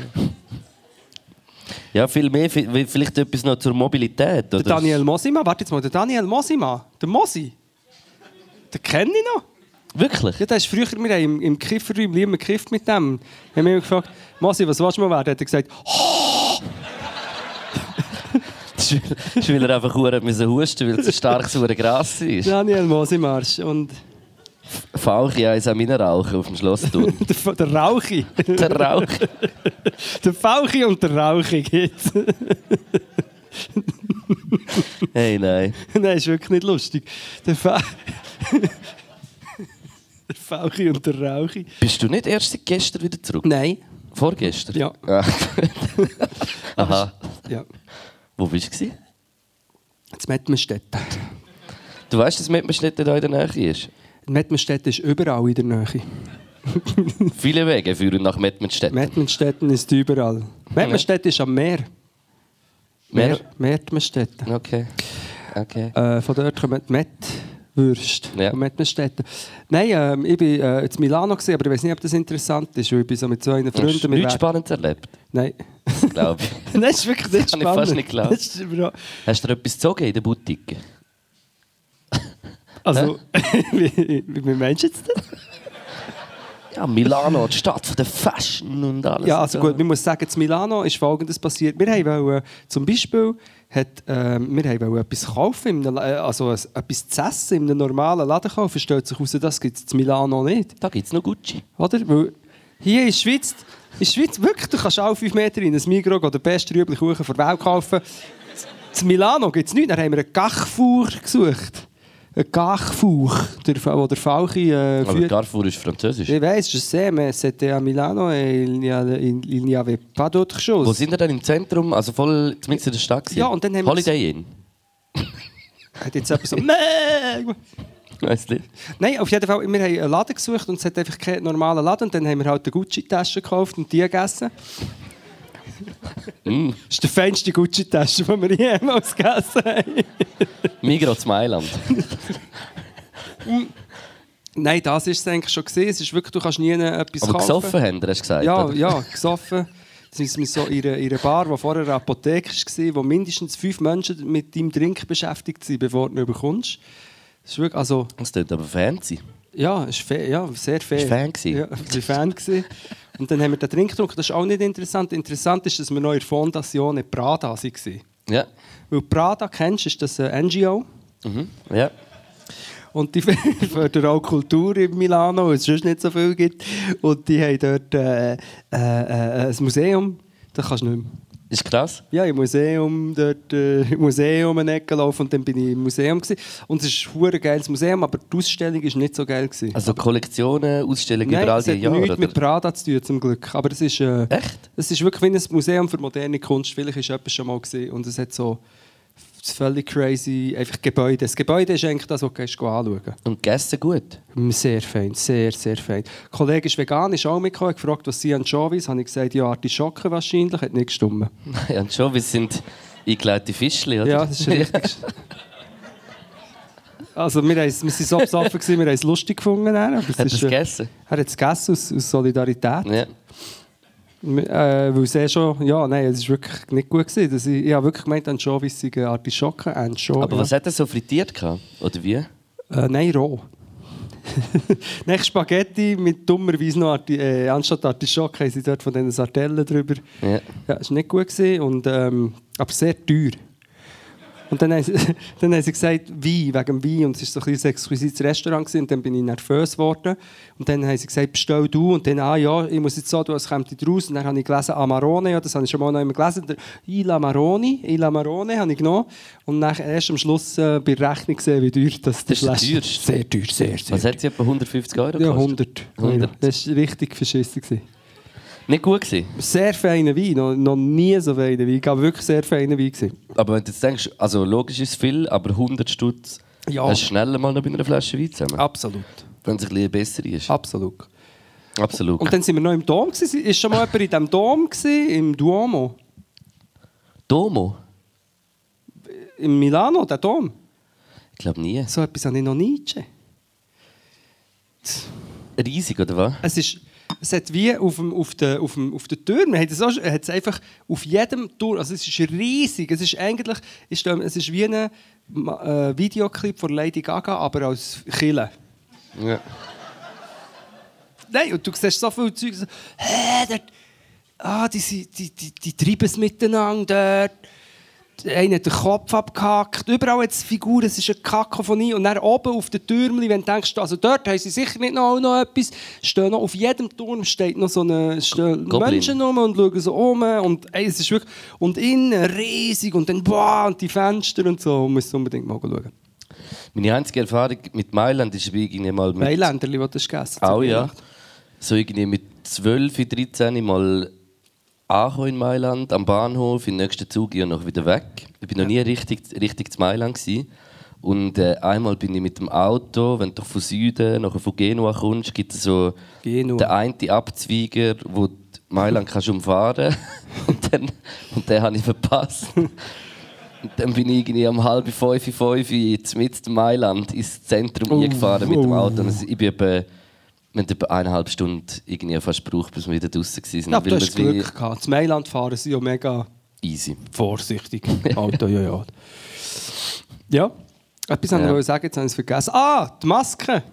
B: Ja, viel mehr, vi- vielleicht etwas noch zur Mobilität. Oder?
C: *laughs* der Daniel Mosima, warte jetzt mal, der Daniel Mosima, der Mosi, den kenne ich noch.
B: Wirklich?
C: Ja, das ist früher, wir haben im, im Kifferraum lieber gekifft mit dem. Wir haben ihn gefragt, Masi, was willst du mal werden? Hat er gesagt, oh,
B: Das ist, weil- das ist, weil er einfach verdammt müssen husten weil es ein starkes verdammt Gras war.
C: Daniel Mosi Marsch. Und *laughs*
B: Fauche eins an meinen Rauch auf dem Schlossturm.
C: der, Fa- der Rauchi,
B: *laughs* Der Rauch.
C: der Fauchi und der Rauchi *laughs* geht's.
B: Hey, nein.
C: Nein, ist wirklich nicht lustig. Der, Fa *laughs* der Fauchi und der Rauchi.
B: Bist du nicht erst seit gestern wieder zurück?
C: Nein.
B: Vorgestern?
C: Ja.
B: Ah. *laughs* Aha.
C: Ja.
B: Wo bist du? gewesen?
C: Jetzt Mettmerstedt.
B: Du weißt, dass Mettmerstedt da in der Nähe ist?
C: Mettmerstedt ist überall in der Nähe.
B: Viele Wege führen nach Mettmerstedt.
C: Mettmerstedt ist überall. Mettmerstedt ist am Meer.
B: Meer?
C: Mettmerstedt.
B: Okay. Okay.
C: Äh, von dort kommen die Mettwürste.
B: Ja.
C: Von Mettmerstedt. Nein, ähm, ich war äh, in Milano, gewesen, aber ich weiß nicht, ob das interessant ist, weil ich bin so mit so einer Freundin...
B: Hast du
C: wir
B: nichts
C: werden-
B: Spannendes erlebt,
C: *laughs* Nein.
B: glaube ich.
C: Nein, das ist wirklich nicht
B: Kann ich
C: spannend.
B: fast nicht glauben.
C: Das ist *laughs* überhaupt-
B: Hast du dir etwas gezogen in der Boutique?
C: Also, *laughs* wie, wie meinst du jetzt das?
B: Ja, Milano, die Stadt der Fashion und alles.
C: Ja, also gut, man muss sagen, in Milano ist Folgendes passiert. Wir haben wollen, zum Beispiel hat, ähm, wir haben wollen etwas kaufen, in einem, La- äh, also ein- etwas zu essen in einem normalen Laden kaufen. Stellt sich heraus, das gibt es in Milano nicht.
B: Da gibt es noch Gucci.
C: Oder? Weil hier in der Schweiz, in der Schweiz wirklich, du kannst alle fünf Meter in ein Migros gehen, den besten Rüebli Kuchen der Welt kaufen. In Milano gibt es nichts. Dann haben wir einen Gachfuhr gesucht. Einen Gachfuhr, der, der der Falchi äh,
B: Aber
C: führt.
B: Carrefour ist französisch.
C: Je weiß, je sais, mais c'était à Milano et il n'y, a- il- il n'y avait pas d'autre chose.
B: Wo sind wir denn im Zentrum? Also voll zumindest in der Stadt. gewesen?
C: Ja, und dann haben wir-
B: Holiday Inn.
C: *laughs* Hat jetzt *laughs* jemand so «Mäh!» gemacht?
B: Weißt du?
C: Nein, auf jeden Fall, wir haben einen Laden gesucht und es hat einfach keinen normalen Laden. Und dann haben wir halt eine Gucci-Tasche gekauft und die gegessen.
B: Mm.
C: Das ist die feinste Gucci-Tasche, die wir jemals gegessen haben.
B: Migros
C: *laughs*
B: zu Mailand.
C: Nein, das war es eigentlich schon. Gewesen. Es ist wirklich, du kannst nie etwas
B: Aber
C: kaufen.
B: gesoffen haben wir, hast du gesagt.
C: Ja,
B: oder?
C: ja, gesoffen. Jetzt sind wir so in einer, in einer Bar, die vorher eine Apotheke war, wo mindestens fünf Menschen mit deinem Drink beschäftigt sind, bevor du ihn bekommst. Das ist wirklich, also,
B: Das klingt aber fancy.
C: ja, ist fair, ja, sehr fair.
B: Ist Fan gewesen.
C: Ja, ich war Fan. gewesen. Und dann haben wir den Drink getrunken, das ist auch nicht interessant. Interessant ist, dass wir noch in der Fondazione Prada waren.
B: Ja.
C: Weil Prada, kennst du, ist das ein NGO.
B: Mhm. Ja.
C: Und die *laughs* fördern auch Kultur in Milano, weil es sonst nicht so viel gibt. Und die haben dort äh, äh, äh, ein Museum, das kannst du nicht mehr.
B: Ist krass.
C: Ja, im Museum, dort äh, im Museum eine Ecke laufen und dann bin ich im Museum. Gewesen. Und es ist ein verdammt geiles Museum, aber die Ausstellung war nicht so geil. Gewesen.
B: Also Kollektionen, Ausstellungen
C: Nein,
B: über all
C: das
B: die
C: hat
B: Jahre.
C: nichts mit
B: Oder?
C: Prada zu tun, zum Glück. Aber es ist, äh,
B: Echt?
C: es ist wirklich wie ein Museum für moderne Kunst. Vielleicht ist jemand schon mal gesehen und es hat so das völlig crazy einfach Gebäude. Das Gebäude ist eigentlich das, was du gehst anschauen kannst.
B: Und gegessen gut.
C: Sehr fein, sehr, sehr fein. Ein Kollege ist vegan, ist auch mitgekommen, hat gefragt, was sie an Chovis. Habe ich gesagt, ja, Artischocken wahrscheinlich, hat nicht gestimmt.
B: Ja, und schon, wir sind eingeleitete Fischli, oder?
C: Ja, *laughs* das ist richtig. also wir, haben, es- wir sind so besoffen, gewesen, wir haben es lustig gefunden. dann, Aber es
B: Hat
C: ist,
B: das
C: äh,
B: gegessen?
C: Er hat es gegessen aus, aus Solidarität.
B: Ja.
C: M- Äh, weil es eh schon, ja, nein, es war wirklich nicht gut. Gewesen. Das, ich, ich habe wirklich gemeint, Anchovies seien Artischocken, Anchovies.
B: Aber was hat er so frittiert? gehabt? Oder wie?
C: Äh, nein, roh. *laughs* nein, Spaghetti mit dummerweise noch Arti äh, anstatt Artischocken haben sie dort von diesen Sartellen drüber.
B: Ja.
C: Ja, es war nicht gut gewesen und, ähm, aber sehr teuer. Und dann haben, sie, *laughs* dann haben sie gesagt, Wein, wegen dem Wein. Und es war so ein, bisschen ein exquisites Restaurant gewesen. und dann bin ich nervös geworden. Und dann haben sie gesagt, bestell du. Und dann, ah ja, ich muss jetzt so tun, als käme ich raus. Und dann habe ich gelesen, Amarone, ja, das habe ich schon mal noch immer gelesen. Der Il Amarone, Il Amarone habe ich genommen. Und dann erst am Schluss äh, bei der Rechnung gesehen, wie teuer das,
B: Das ist der
C: Flasche-
B: teuerste.
C: Sehr teuer, sehr, sehr
B: Was hat sie etwa 150 Euro
C: ja,
B: gekostet?
C: 100.
B: 100.
C: Das war richtig verschissen. gewesen.
B: Nicht gut gewesen.
C: Sehr feiner Wein, noch, noch nie so feiner Wein, aber wirklich sehr feiner Wein. Gewesen.
B: Aber wenn du jetzt denkst, also logisch ist es viel, aber 100 Stutz
C: Ja.
B: hast du schneller mal noch bei einer Flasche Wein zusammen.
C: Absolut.
B: Wenn es ein bisschen besser ist.
C: Absolut.
B: Absolut.
C: Und dann sind wir noch im Dom. Gewesen. Ist schon mal jemand in diesem Dom, gewesen, im Duomo?
B: Domo?
C: In Milano, der Dom?
B: Ich glaube nie.
C: So etwas habe ich noch nie gesehen.
B: Riesig, oder was?
C: Es ist... Es hat wie auf, dem, auf, der, auf, dem, auf der Tür, man hat es, auch, schon- hat es einfach auf jedem Tour, also es ist riesig, es ist eigentlich, ich stelle mir- es ist wie ein äh, Videoclip von Lady Gaga, aber als Killer.
B: Ja.
C: Nein, und du siehst so viel Zeug, so, hä, dort, ah, die, sind- die, die, die treiben es miteinander dort. Der eine hat den Kopf abgehackt, überall jetzt Figuren, es ist eine Kakophonie. Und dann oben auf den Türmli, wenn du denkst, also dort haben sie sicher nicht noch, noch etwas, stehen noch, auf jedem Turm steht noch so eine, stehen
B: Goblin.
C: Menschen rum und schauen so um. Und ey, es ist wirklich, und innen riesig und dann, boah, und die Fenster und so, muss es unbedingt mal schauen.
B: Meine einzige Erfahrung mit Mailand ist irgendwie mal mit...
C: Weiländerli, die du hast gegessen
B: Auch ja. So irgendwie mit 12, 13 mal angekommen in Mailand, am Bahnhof, im nächsten Zug ja noch wieder weg. Ich bin noch nie richtig, richtig zu Mailand. Gewesen. Und äh, einmal bin ich mit dem Auto, wenn du von Süden, nachher von Genua kommst, gibt es so
C: Genua.
B: den einen Abzweiger, wo du *laughs* Mailand kannst umfahren und, dann, und den habe ich verpasst. Und dann bin ich irgendwie um halb fünf, fünf mit Mailand ins Zentrum
C: Oh.
B: eingefahren mit dem Auto. Und es- ich bin etwa, wir haben etwa eineinhalb Stunden irgendwie fast gebraucht, bis wir wieder draußen waren.
C: Ja, aber du hast
B: es wie
C: Glück gehabt. Zum Mailand fahren sind ja mega...
B: easy. *laughs*
C: vorsichtig. Auto, ja, ja. Ja, etwas
B: Ja.
C: anderes wollte ich sagen, jetzt habe ich es vergessen. Ah, die Maske.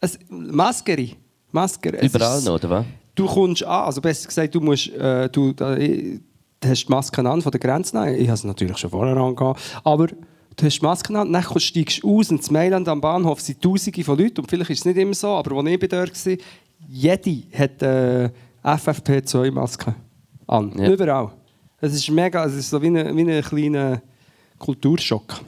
C: Es, Maskeri. Masker. Es
B: Überall
C: ist-
B: noch, oder was?
C: Du kommst an, also besser gesagt, du musst, äh, du, da, ich, du hast die Maske an von der Grenze an. Ich habe es natürlich schon vorher angehabt, aber du hast die Maske an, dann kommst- steigst du aus und in Mailand am Bahnhof sind tausende von Leuten und vielleicht ist es nicht immer so, aber als ich bei dort war, jede hat äh, FFP2-Maske an.
B: Ja.
C: Überall. Es ist mega, es ist so wie ein, wie ein kleiner Kulturschock.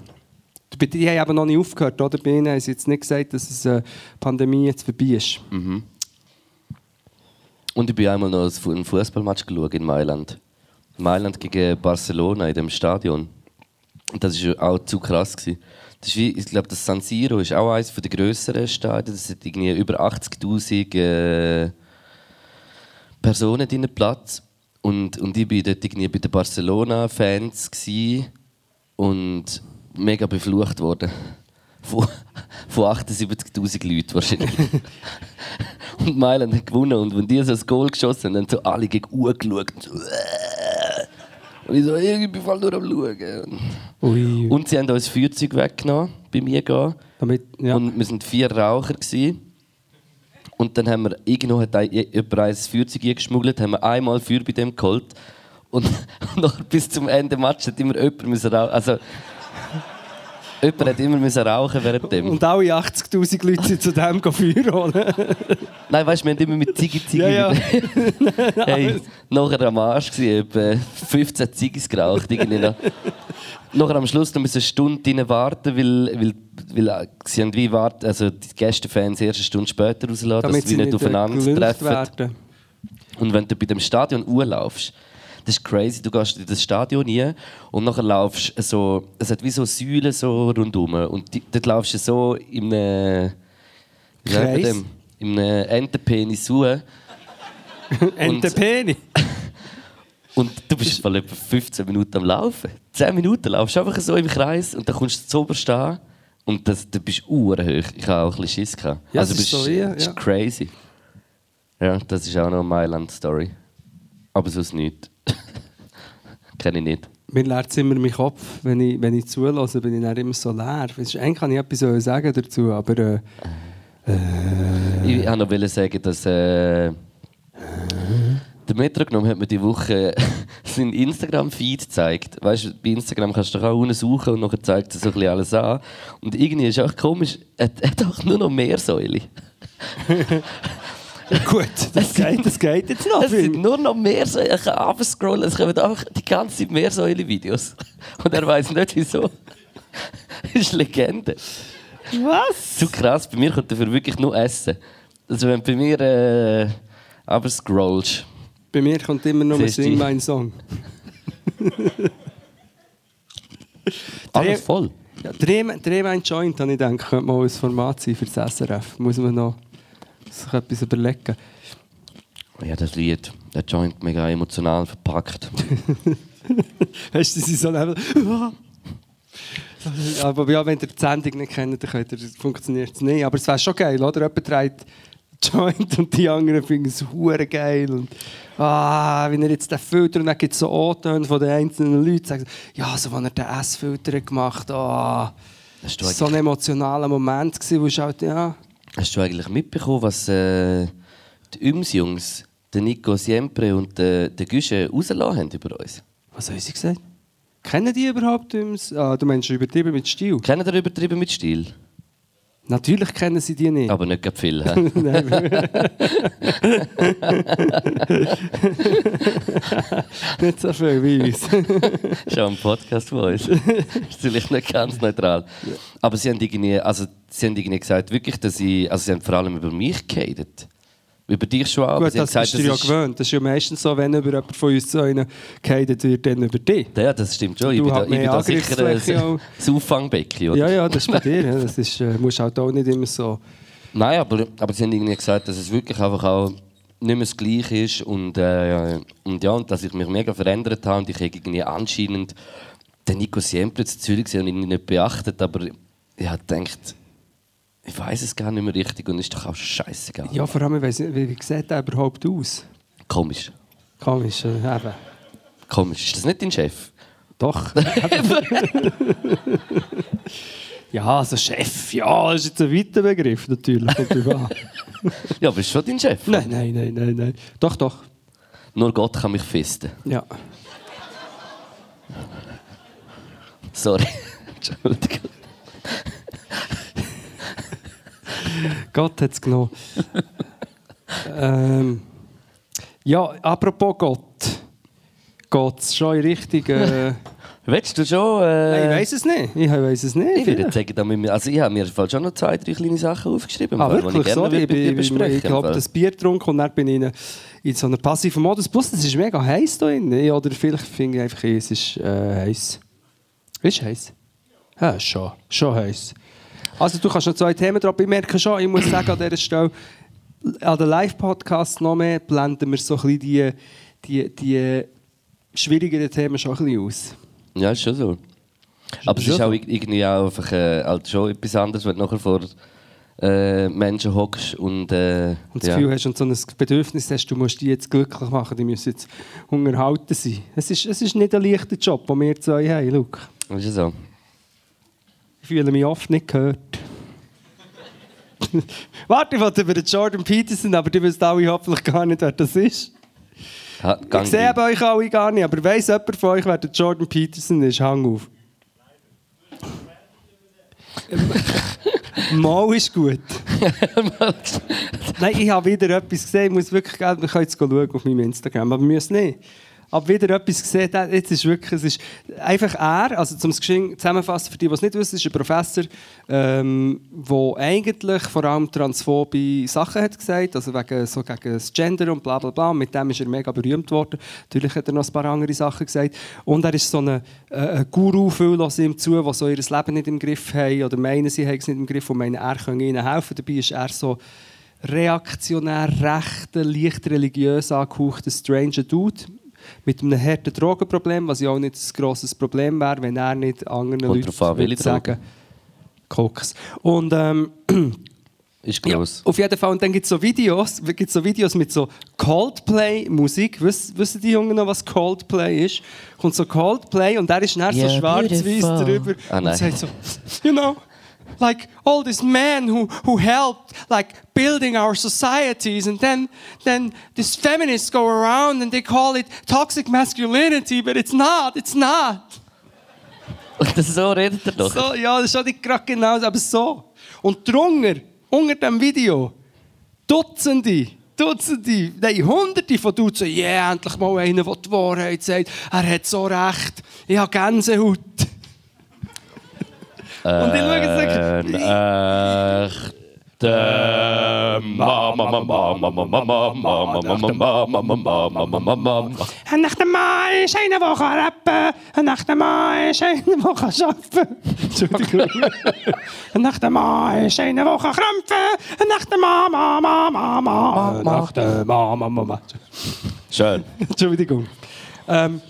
C: Bei dir haben eben noch nicht aufgehört, oder? Bei ihnen haben sie jetzt nicht gesagt, dass es, äh, die Pandemie jetzt vorbei ist.
B: Hm. Und ich bin einmal noch auf einen Fußballmatch geschaut in Mailand. Mailand gegen Barcelona in dem Stadion. Und das war auch zu krass. Gewesen. Das ist wie, ich glaube, das San Siro ist auch eines der grösseren Stadien. Das hat irgendwie über 80.000 äh, Personen drin Platz. Und, und ich war dort irgendwie bei den Barcelona-Fans gewesen und mega beflucht worden. Von, von 78.000 Leuten wahrscheinlich. *laughs* und Mailand hat gewonnen. Und wenn die so ein Goal geschossen haben, dann so alle gegen Uhr geschaut. *laughs* Und, so, äh. und ich so, "Ey, ich bin voll nur am Schauen.
C: Ui.
B: Und sie haben uns Feuerzeug weggenommen, bei mir gehen.
C: Damit, ja.
B: Und wir waren vier Raucher. Gewesen. Und dann haben wir, irgendwo hat ein- jemand ein Feuerzeug eingeschmuggelt, haben wir einmal Feuer bei dem geholt. Und, *laughs* und nachher bis zum Ende des Matches hat immer jemand müssen rauchen. Also, *laughs* jemand hat immer müssen rauchen während dem.
C: Und alle 80'000 Leute sind zu dem Feuer holen.
B: Nein, weißt du, wir haben immer mit Ziggy Ziggy.
C: Ja, ja. *laughs*
B: hey, nachher am Arsch gsi, etwa 15 Ziggis geraucht. Irgendwie noch. nachher am Schluss noch müssen eine Stunde drinnen warten, weil, weil, weil äh, sie haben wie warten, also die Gästefans erst eine Stunde später rauslassen, dass sie nicht
C: äh,
B: aufeinander
C: gelüncht
B: treffen. Und wenn du bei dem Stadion urlaufst, das ist crazy, du gehst in das Stadion rein und nachher laufst so, es hat wie so Säulen so rundum und die, dort laufst du so in einem, wie sagt man
C: Kreis?
B: dem? in einem Entenpenis suchen.
C: Entepeni.
B: Und du bist mal etwa 15 Minuten am Laufen. 10 Minuten laufst du einfach so im Kreis und dann kommst du zu oberst an. Und das, du bist urenhoch. Ich habe auch ein bisschen Schiss. Gehabt.
C: Ja,
B: also
C: es ist
B: bist-
C: so, ja,
B: das ist
C: ja.
B: crazy. Ja, das ist auch noch eine Mailand-Story. Aber sonst nicht. *laughs* Kenne ich nicht.
C: Mir leert immer meinen Kopf. Wenn ich, wenn ich zulasse, bin ich dann immer so leer. Weißt du, Eigentlich kann ich etwas dazu sagen dazu, aber äh,
B: Ich wollte noch sagen, dass äh, Der Metro genommen hat mir die Woche *laughs* seinen Instagram-Feed gezeigt. Weißt du, bei Instagram kannst du doch auch unten suchen und nachher zeigt es so ein bisschen alles an. Und irgendwie ist es auch komisch, er er hat doch nur noch mehr Säule.
C: *laughs* Gut, das geht, das geht jetzt noch.
B: *laughs* Es sind
C: Film.
B: nur noch mehr Säule. Ich kann runterscrollen, es kommen einfach die ganze Zeit mehr Säule-Videos. *laughs* Und er weiß nicht wieso. *laughs* Das ist Legende.
C: Was?
B: Zu krass, bei mir kommt dafür wirklich nur Essen. Also wenn du bei mir äh, aber scrollst.
C: Bei mir kommt immer nur
B: Siehst
C: Sing
B: du.
C: mein Song.
B: Alles voll.
C: Ja, Dreh Dreh mein Joint, habe ich gedacht, könnte mal ein Format sein für das SRF. Muss man noch sich etwas überlegen.
B: Ja, das Lied, der Joint mega emotional verpackt.
C: Hast du sie so neben... Aber ja, wenn ihr die Sendung nicht kennt, dann könnt ihr, funktioniert es nicht. Aber es wäre schon geil, oder? Jemand trägt Joint und die anderen finden es hure geil. Und, ah, wenn er jetzt den Filter und dann gibt es so O-Töne von den einzelnen Leuten, sagen sie, ja, so, wenn er den S-Filter gemacht hat, ah,
B: Hast du
C: das war so ein emotionaler Moment, gewesen, wo ich halt, ja...
B: Hast du eigentlich mitbekommen, was äh, die Üms-Jungs, der Nico Siempre und der, der Güsche rausgelassen haben über uns?
C: Was haben sie gesagt? Kennen die überhaupt uns? Ah, du meinst übertrieben mit Stil?
B: Kennen ihr übertrieben mit Stil?
C: Natürlich kennen sie die nicht.
B: Aber nicht gerade viel.
C: *laughs*
B: hä?
C: nicht so viel wie uns.
B: Schon am Podcast von uns. *laughs* ist vielleicht nicht ganz neutral. Aber sie haben, irgendwie, also, sie haben irgendwie gesagt, wirklich, dass sie, also sie haben vor allem über mich gehatet. Über dich schon, aber
C: Gut,
B: sie haben
C: das
B: gesagt,
C: bist du ja
B: ist-
C: gewöhnt. Das ist ja meistens so, wenn über jemand von uns zu einem gehatet wird, dann über dich.
B: Ja, das stimmt schon. Ich
C: Du
B: bin da,
C: halt
B: ich bin
C: mehr
B: da sicher ein,
C: Angriffsfläche auch.
B: das Auffangbecken. oder?
C: Ja, ja, das ist bei dir. ja. Das ist, äh, musst halt auch nicht immer so.
B: Nein, aber, aber sie haben irgendwie gesagt, dass es wirklich einfach auch nicht mehr das Gleiche ist und, äh, und ja, und dass ich mich mega verändert habe und ich habe irgendwie anscheinend den Nico Siempre zu Zürich gesehen und ihn nicht beachtet, aber ich habe gedacht, ich weiß es gar nicht mehr richtig und ist doch auch scheißegal.
C: Ja, vor allem, ich weiss nicht, wie, wie sieht der überhaupt aus?
B: Komisch.
C: Komisch, äh, eben.
B: Komisch. Ist das nicht dein Chef?
C: Doch. *laughs* ja, also Chef, ja, das ist jetzt ein weiter Begriff natürlich. kommt drauf
B: *laughs*
C: an.
B: Ja, aber ist schon dein Chef.
C: nein, nein, nein, nein, nein. Doch, doch.
B: Nur Gott kann mich fisten.
C: Ja.
B: Sorry. Entschuldigung.
C: Gott hat es genommen. ähm, ja, apropos Gott. Geht es schon in Richtung. Äh,
B: Willst du schon... Äh...
C: nein, ich weiß es nicht. Ich weiß es nicht.
B: Ich würde sagen, damit wir, also ich habe mir im Fall schon noch zwei, drei kleine Sachen aufgeschrieben,
C: Ah,
B: im Fall, die
C: wirklich?
B: ich
C: So,
B: gerne
C: ich
B: mit dir
C: bin- ich
B: besprechen
C: ich glaube,
B: würde.
C: das Bier getrunken und dann bin ich in, in so einem passiven Modus. Plus, es ist mega heiß da drin. Ja, Oder vielleicht finde ich einfach, es ist äh, heiß. Ist heiß? Ja, schon. Schon heiß. Also, du kannst noch zwei Themen drauf. Ich merke schon, ich muss sagen, an dieser Stelle, an den Live-Podcasts noch mehr blenden wir so ein bisschen die, die, die schwierigeren Themen schon ein bisschen aus.
B: Ja, ist schon so. Aber es
C: schon
B: ist
C: so?
B: auch irg- irgendwie auch einfach äh, halt schon etwas anderes, wenn du nachher vor äh, Menschen hockst und, äh,
C: Und das
B: ja.
C: Gefühl hast und so ein Bedürfnis hast, du musst die jetzt glücklich machen, die müssen jetzt unterhalten sein. Es ist, es ist nicht ein leichter Job, den wir zwei haben, Luke.
B: Das ist so.
C: Ich fühle mich oft nicht gehört. *laughs* Warte, ich wollte über den Jordan Peterson, aber die wissen alle hoffentlich gar nicht, wer das ist.
B: Ha, gang
C: ich sehe
B: rein.
C: bei euch alle gar nicht, aber weiss jemand von euch, wer der Jordan Peterson ist? Hang
B: *laughs*
C: auf. Mal ist gut. Nein, ich habe wieder etwas gesehen. Ich muss wirklich, gell, wir können jetzt schauen auf meinem Instagram, aber wir müssen nicht. Aber wieder etwas gesehen, da- jetzt ist wirklich, es ist einfach er, also zum Geschenk zusammenfassen für die, die es nicht wissen, ist ein Professor, ähm, der eigentlich vor allem transphobe Sachen hat gesagt, also wegen, so gegen das Gender und bla bla bla, mit dem ist er mega berühmt worden. Natürlich hat er noch ein paar andere Sachen gesagt. Und er ist so ein, äh, ein Guru, viele hören ihm zu, die so ihr Leben nicht im Griff haben oder meinen, sie haben es nicht im Griff und meinen, er könne ihnen helfen. Dabei ist er so reaktionär rechten, leicht religiös angehauchten Stranger Dude mit einem harten Drogenproblem, was ja auch nicht ein grosses Problem wäre, wenn er nicht anderen
B: Kommt
C: Leuten
B: drauf an, welche
C: würde sagen Koks. Und ähm,
B: *laughs* Ist
C: ja,
B: gross.
C: auf jeden Fall. Und dann gibt es so Videos, gibt's so Videos mit so Coldplay-Musik. Wiss- Wissen die Jungen noch, was Coldplay ist? Kommt so Coldplay und der ist dann
B: Yeah,
C: so schwarz-weiß
B: beautiful.
C: drüber.
B: Ah,
C: und
B: nein.
C: sagt so, you know, like all these men who, who helped like building our societies and then then these feminists go around and they call it toxic masculinity but it's not it's not
B: Und das, *laughs* so redet er doch.
C: so ja das ist schon die gerade genau aber so und drunter unter dem Video Dutzende Dutzende nein Hunderte von Dutzenden yeah endlich mal einer der die Wahrheit sagt er hat so recht ich habe Gänsehaut und die schauen es
B: Ein echter Mama, Mama, Mama, Mama, Mama, Mama, Mama, Mama, Mama, Mama.
C: En nach dem Mann ist einer, der kann rappen kann. nach dem Mann ist einer, der kann schaffen Entschuldigung. Ein nach dem Mann ist einer, der kann krampfen Ein nach dem Mann, Mann, Mann, Mann, Mann. Ein nach dem Mann, Mann, Mann, Mann.
B: Schön.
C: Entschuldigung. Ähm,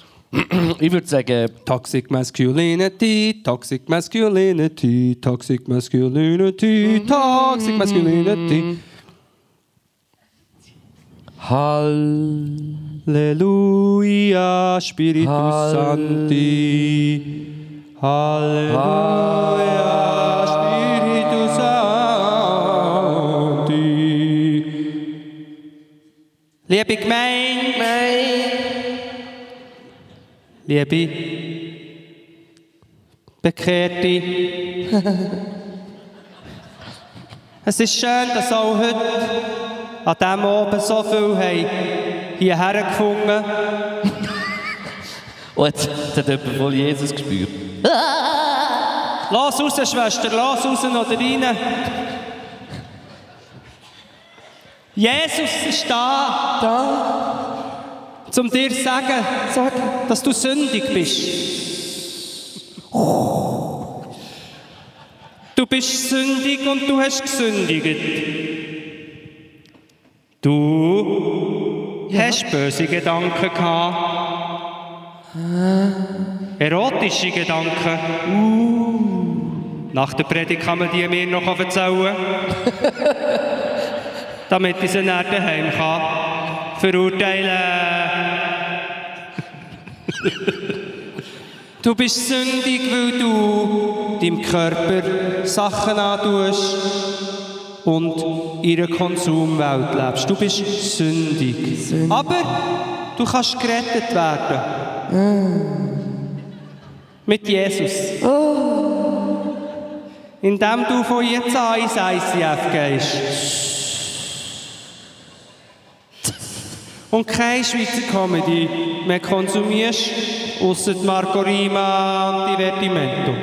B: Ich würde sagen,
C: toxic masculinity, toxic masculinity, toxic masculinity, toxic masculinity.
B: Hall.
C: Halleluja, Spiritus
B: Hall-
C: Sancti. Halleluja, Spiritus Sancti. Liebe Gemeinde, liebe Bekehrte, es ist schön, dass auch heute an diesem Abend so viel haben hierher gefunden
B: Oh, jetzt, jetzt hat jemand voll Jesus gespürt.
C: Lass raus, Schwester, lass raus oder rein. Jesus ist da. Da. Zum dir zu sagen, dass du sündig bist. Du bist sündig und du hast gesündigt. Du hast böse Gedanken gehabt. Erotische Gedanken. Nach der Predigt kann man die mir noch *laughs* erzählen. damit ich sie dann daheim kann verurteilen. *laughs* du bist sündig, weil du deinem Körper Sachen antust und in einer Konsumwelt lebst. Du bist sündig. Aber du kannst gerettet werden. Mit Jesus. Indem du von jetzt an ins ICF gehst. Und keine Schweizer Comedy mehr konsumierst, außer Marco Rima und Divertimento.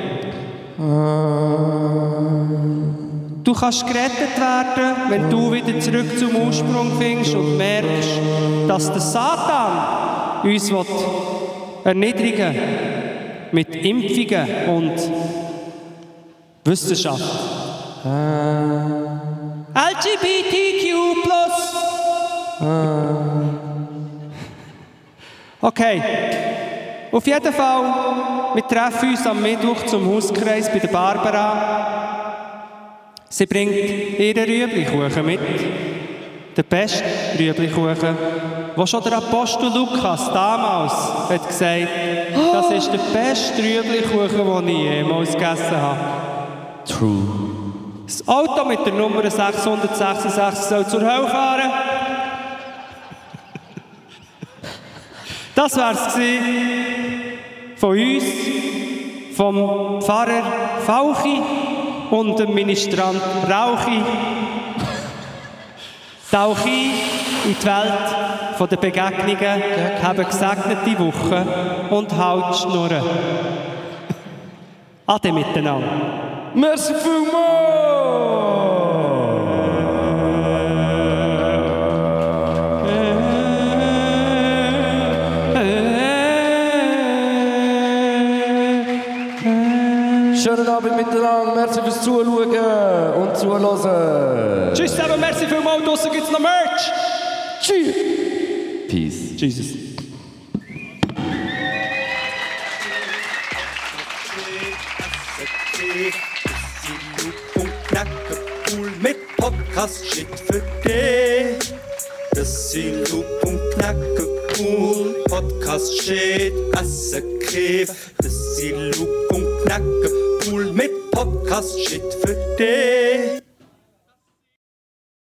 C: Du kannst gerettet werden, wenn du wieder zurück zum Ursprung findest und merkst, dass der Satan uns will erniedrigen will. Mit Impfungen und Wissenschaft. Äh. LGBTQ+. Äh. Okay. Auf jeden Fall, wir treffen uns am Mittwoch zum Hauskreis bei der Barbara. Sie bringt ihren Rüblikuchen mit. Den besten Rüblikuchen, wo schon der Apostel Lukas damals hat gesagt, das ist der beste Rüblikuchen, den ich jemals gegessen habe.
B: True.
C: Das Auto mit der Nummer 666 soll zur Hölle fahren. Das wär's gewesen von uns, vom Pfarrer Fauchi und dem Ministrant Rauchi. Tauchi in die Welt von der Begegnungen, haben gesegnete Woche und halt die Schnurren. Ade miteinander.
B: Merciful Schönen Abend miteinander, merci fürs Zuschauen und Zuhören.
C: Tschüss zusammen, merci vielmals, draussen gibt's noch Merch!
B: Tschüss. Peace.
C: Jesus.
A: Cool mit Podcast shit für dich. Das sind Loop und Knacke cool. Podcast shit, Assekrev. Das sind Loop und Knacke cool mit Podcast-Shit für dich.